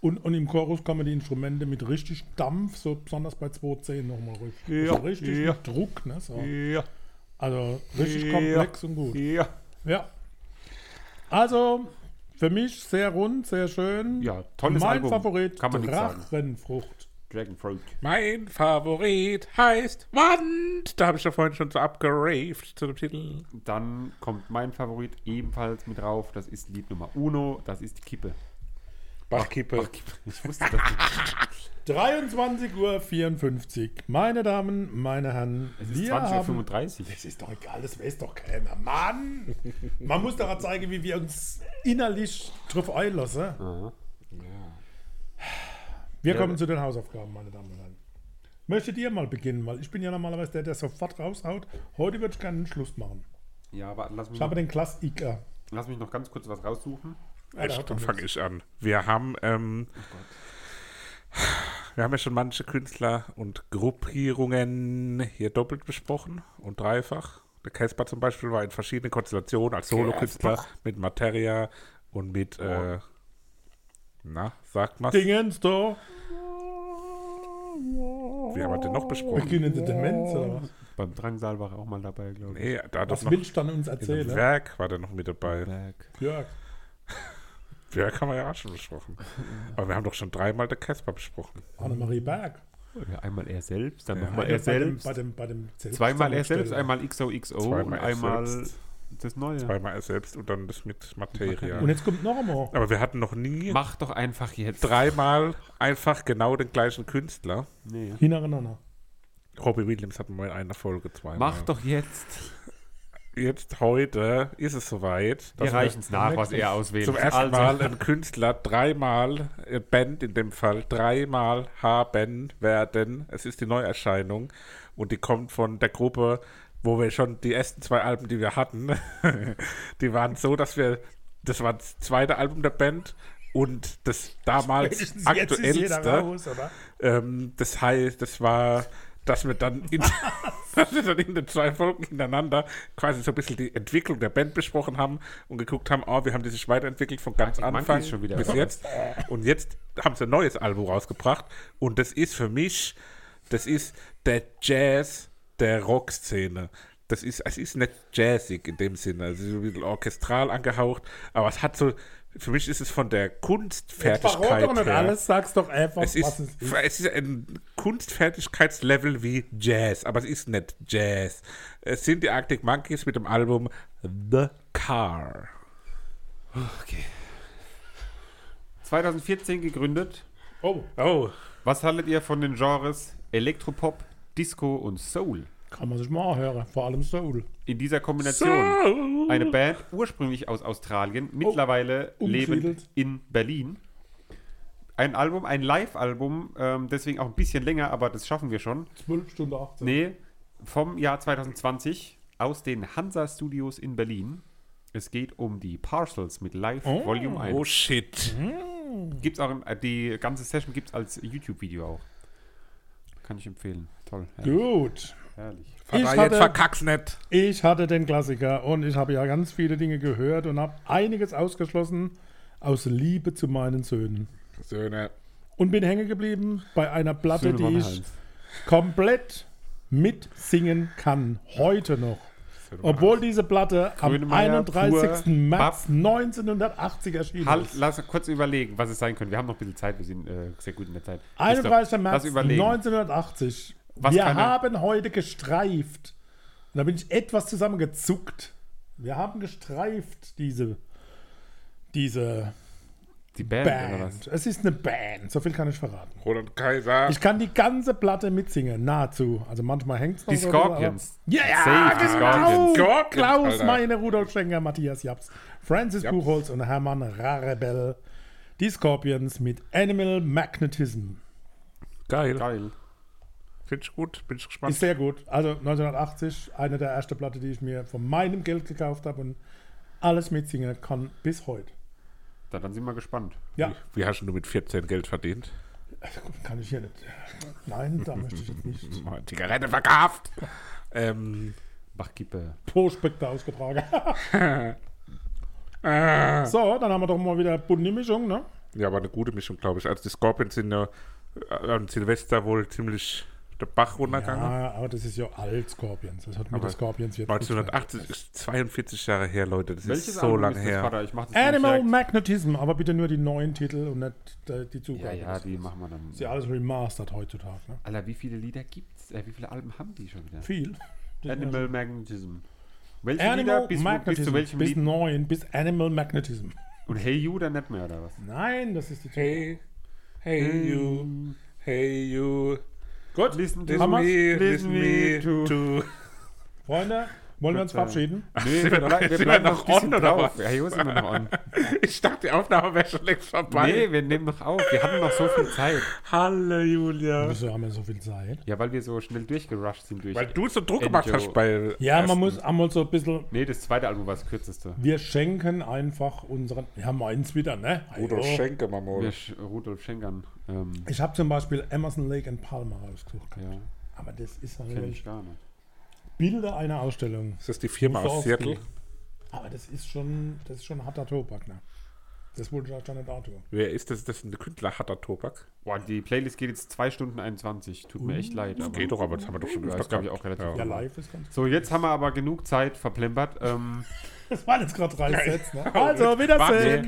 Und, und im Chorus kommen die Instrumente mit richtig Dampf, so besonders bei 2.10 nochmal richtig. Ja, So richtig ja. mit Druck, ne? So. Ja, Also richtig Ja. komplex und gut. ja. Ja. Also, für mich sehr rund, sehr schön. Ja, tolles mein Album. Favorit, Kann man nichts sagen. Drachenfrucht. Dragonfruit. Mein Favorit heißt Wand. Da habe ich ja vorhin schon so abgeraved zu dem Titel. Dann kommt mein Favorit ebenfalls mit drauf. Das ist Lied Nummer Uno. Das ist die Kippe. Bachkippe. Ich wusste das nicht. 23.54 Uhr. Meine Damen, meine Herren, Es ist wir haben... 20.35 Uhr. Das ist doch egal, das weiß doch keiner. Mann! Man muss daran zeigen, wie wir uns innerlich drauf einlassen. Wir kommen zu den Hausaufgaben, meine Damen und Herren. Möchtet ihr mal beginnen? Weil ich bin ja normalerweise der, der sofort raushaut. Heute würde ich gerne einen Schluss machen. Ja, aber lass mich, Ich habe den Klass IK. lass mich noch ganz kurz was raussuchen. Ich, dann fange ich an. Wir haben, ähm, Oh wir haben ja schon manche Künstler und Gruppierungen hier doppelt besprochen und dreifach. Der Casper zum Beispiel war in verschiedenen Konstellationen als Solokünstler mit Materia und mit, äh, na, sag mal, wie Dingens da. haben wir denn noch besprochen? Beginnende Demenz. oder was? Beim Drangsal war er auch mal dabei, glaube ich. Nee, da hat Was das noch willst du dann uns in einem erzählen? ne? Werk war der noch mit dabei. Berg. Jörg. Werk haben wir ja auch schon besprochen. Aber wir haben doch schon dreimal den Casper besprochen. Annemarie Berg. Oder einmal er selbst, dann Ja. nochmal Bei er dem- bei dem- selbst. Bei dem, bei dem Selbst- Zweimal er selbst, Zusammensteller. einmal XOXO und Zweimal er einmal selbst. das Neue. Zweimal er selbst und dann das mit Materia. Und jetzt kommt noch einmal. Aber wir hatten noch nie Mach doch einfach jetzt. dreimal einfach genau den gleichen Künstler. Nee. Hintereinander. Robbie Williams hatten wir in einer Folge zweimal. Mach doch jetzt. Jetzt heute ist es soweit, Wir dass reichen es nach, was er auswählt. zum ersten Also, Mal ein Künstler dreimal, äh, Band in dem Fall, dreimal haben werden. Es ist die Neuerscheinung und die kommt von der Gruppe, wo wir schon die ersten zwei Alben, die wir hatten, die waren so, dass wir, das war das zweite Album der Band und das damals Spätestens jetzt ist jeder aktuellste. raus, oder? Ähm, das heißt, das war, dass wir dann in, dass wir dann in den zwei Folgen hintereinander quasi so ein bisschen die Entwicklung der Band besprochen haben und geguckt haben, oh, wir haben die sich weiterentwickelt von ganz die Monkeys Anfang schon wieder bis raus. jetzt. Und jetzt haben sie ein neues Album rausgebracht und das ist für mich, das ist der Jazz der Rockszene. Das ist, es ist nicht jazzig in dem Sinne, also so ein bisschen orchestral angehaucht, aber es hat so, für mich ist es von der Verrat Kunstfertigkeit doch nicht her, alles, sag's doch einfach, es ist, was es ist. es ist ein Kunstfertigkeitslevel wie Jazz, aber es ist nicht Jazz. Es sind die Arctic Monkeys mit dem Album The Car. 2014 gegründet. Oh, Oh, Was haltet ihr von den Genres Elektropop, Disco und Soul? kann man sich mal anhören. Vor allem Soul. In dieser Kombination eine Band ursprünglich aus Australien, mittlerweile lebend umgesiedelt. in Berlin. Ein Album, ein Live-Album, ähm, deswegen auch ein bisschen länger, aber das schaffen wir schon. 12 Stunden 18. Nee, vom Jahr 2020 aus den Hansa Studios in Berlin. Es geht um die Parcels mit Live Volume 1. oh shit. Mhm. Gibt's auch im, äh, die ganze Session gibt es als YouTube-Video auch. Kann ich empfehlen. Toll. Herrlich. Gut. herrlich. Ich Verdammt, hatte- jetzt verkack's nicht. Ich hatte den Klassiker und ich habe ja ganz viele Dinge gehört und habe einiges ausgeschlossen aus Liebe zu meinen Söhnen. Söhne. Und bin hängen geblieben bei einer Platte, Söhne waren die ich Hals. komplett mitsingen kann. Heute noch. Obwohl diese Platte am Grönemeyer, 31. Pur, März Papp. 1980 erschienen Halt, ist. lass uns kurz überlegen, was es sein könnte. Wir haben noch ein bisschen Zeit, wir sind äh, sehr gut in der Zeit. 31. Christoph, März Lass überlegen. 1980. Was wir kann er- haben heute gestreift. Und da bin ich etwas zusammengezuckt. Wir haben gestreift, diese, diese die Band, oder was? Band. Es ist eine Band. So viel kann ich verraten. Roland Kaiser. Ich kann die ganze Platte mitsingen, nahezu. Also manchmal hängt es noch. Die so, aber- Scorpions. Ja, ja Safe, die genau. Scorpions. Scorpions, Klaus Alter. Meine, Rudolf Schenker, Matthias Japs, Francis Japs. Buchholz und Hermann Rarebell. Die Scorpions mit Animal Magnetism. Geil. Geil. Finde ich gut. Bin ich Ist gespannt. sehr gut. Also 1980, eine der ersten Platte, die ich mir von meinem Geld gekauft habe und alles mitsingen kann bis heute. Da, dann sind wir gespannt. Ja, Wie hast du mit 14 Geld verdient? kann ich hier nicht. Nein, da möchte ich jetzt nicht. Mal Oh, Zigarette verkauft. ähm, Bachkippe. Prospekte ausgetragen. so, dann haben wir doch mal wieder bunte Mischung, ne? ja, aber eine gute Mischung, glaube ich. Also die Scorpions sind ja äh, am Silvester wohl ziemlich der Bach runtergegangen. Ja, Ah, aber das ist ja alt Scorpions. Das hat mit den Scorpions jetzt nichts mehr. 1980 ist 42 Jahre her, Leute. Das Welches ist so Album lang ist das, her. Vater? Ich mach das Animal nicht direkt. Magnetism, aber bitte nur die neuen Titel und nicht äh, die Ja, Zugabe. ja, die machen wir dann. ist ja alles remastered heutzutage, ne? Alter, wie viele Lieder gibt's? Äh, wie viele Alben haben die schon wieder? Viel. Animal Magnetism. Welche Lieder Animal bis, wo- bis Magnetism. zu welchem bis Lied? 9, bis Animal Magnetism. Und Hey You dann nicht mehr, oder was? Nein, das ist die Hey, Ähm, hey you, hey you, Gut, listen to Haben wir's? me, listen listen me to- to. Freunde, Wollen wir uns verabschieden? Nee, Sind wir, wir noch- blei- wir sind wir bleiben noch noch ein bisschen on, oder drauf. was? Ja, hier sind wir noch on. Ich dachte, die Aufnahme wäre schon längst vorbei. Nee, wir nehmen noch auf. Wir hatten noch so viel Zeit. Hallo, Julia. Wieso haben also, wir so viel Zeit? Ja, weil wir so schnell durchgerusht sind durch. Weil du so Druck Enjo. gemacht hast bei. Ja, man ersten. muss einmal so ein bisschen. nee, das zweite Album war das kürzeste. Wir schenken einfach unseren. Wir haben eins wieder, ne? Rudolf Hallo. Schenke, Mamo. Oh. Wir Sch Rudolf Schenkern. Ähm, Ich habe zum Beispiel Emerson Lake and Palmer rausgesucht. ja, Aber das ist kenne ich natürlich gar nicht. Bilder einer Ausstellung. Das ist die Firma Muss aus so Seattle. ausgehen. Aber das ist schon, das ist schon harter Tobak, ne? Das wurde ja schon nicht Arthur. Wer ist das? Das ist ein Künstler, harter Tobak. Boah, die Playlist geht jetzt 2 Stunden 21. Tut mir echt leid. Aber Geht doch, aber Uh, das haben wir doch schon Ja, öfter das glaub ich gehabt. auch relativ Ja, Ja. live ist ganz. so, jetzt haben wir aber genug Zeit verplempert. Ähm, Das waren jetzt gerade drei Sets, ne? Also, Wiedersehen.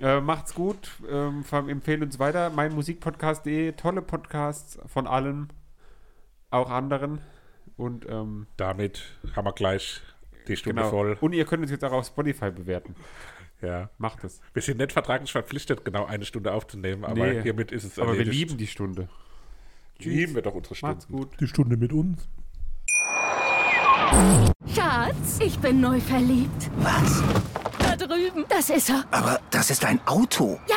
äh, macht's gut. Ähm, ver- empfehlt uns weiter. Mein Musikpodcast.de. Tolle Podcasts von allen. Auch anderen. Und ähm, Damit haben wir gleich die Stunde genau. voll. Und ihr könnt uns jetzt auch auf Spotify bewerten. Ja. Macht es. Wir sind nicht vertraglich verpflichtet, genau eine Stunde aufzunehmen, aber Nee. hiermit ist es Aber wir erledigt. lieben die Stunde. lieben wir doch unsere Stunden. Macht's gut. Die Stunde mit uns. Schatz, ich bin neu verliebt. Was? Da drüben. Das ist er. Aber das ist ein Auto. Ja,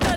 Da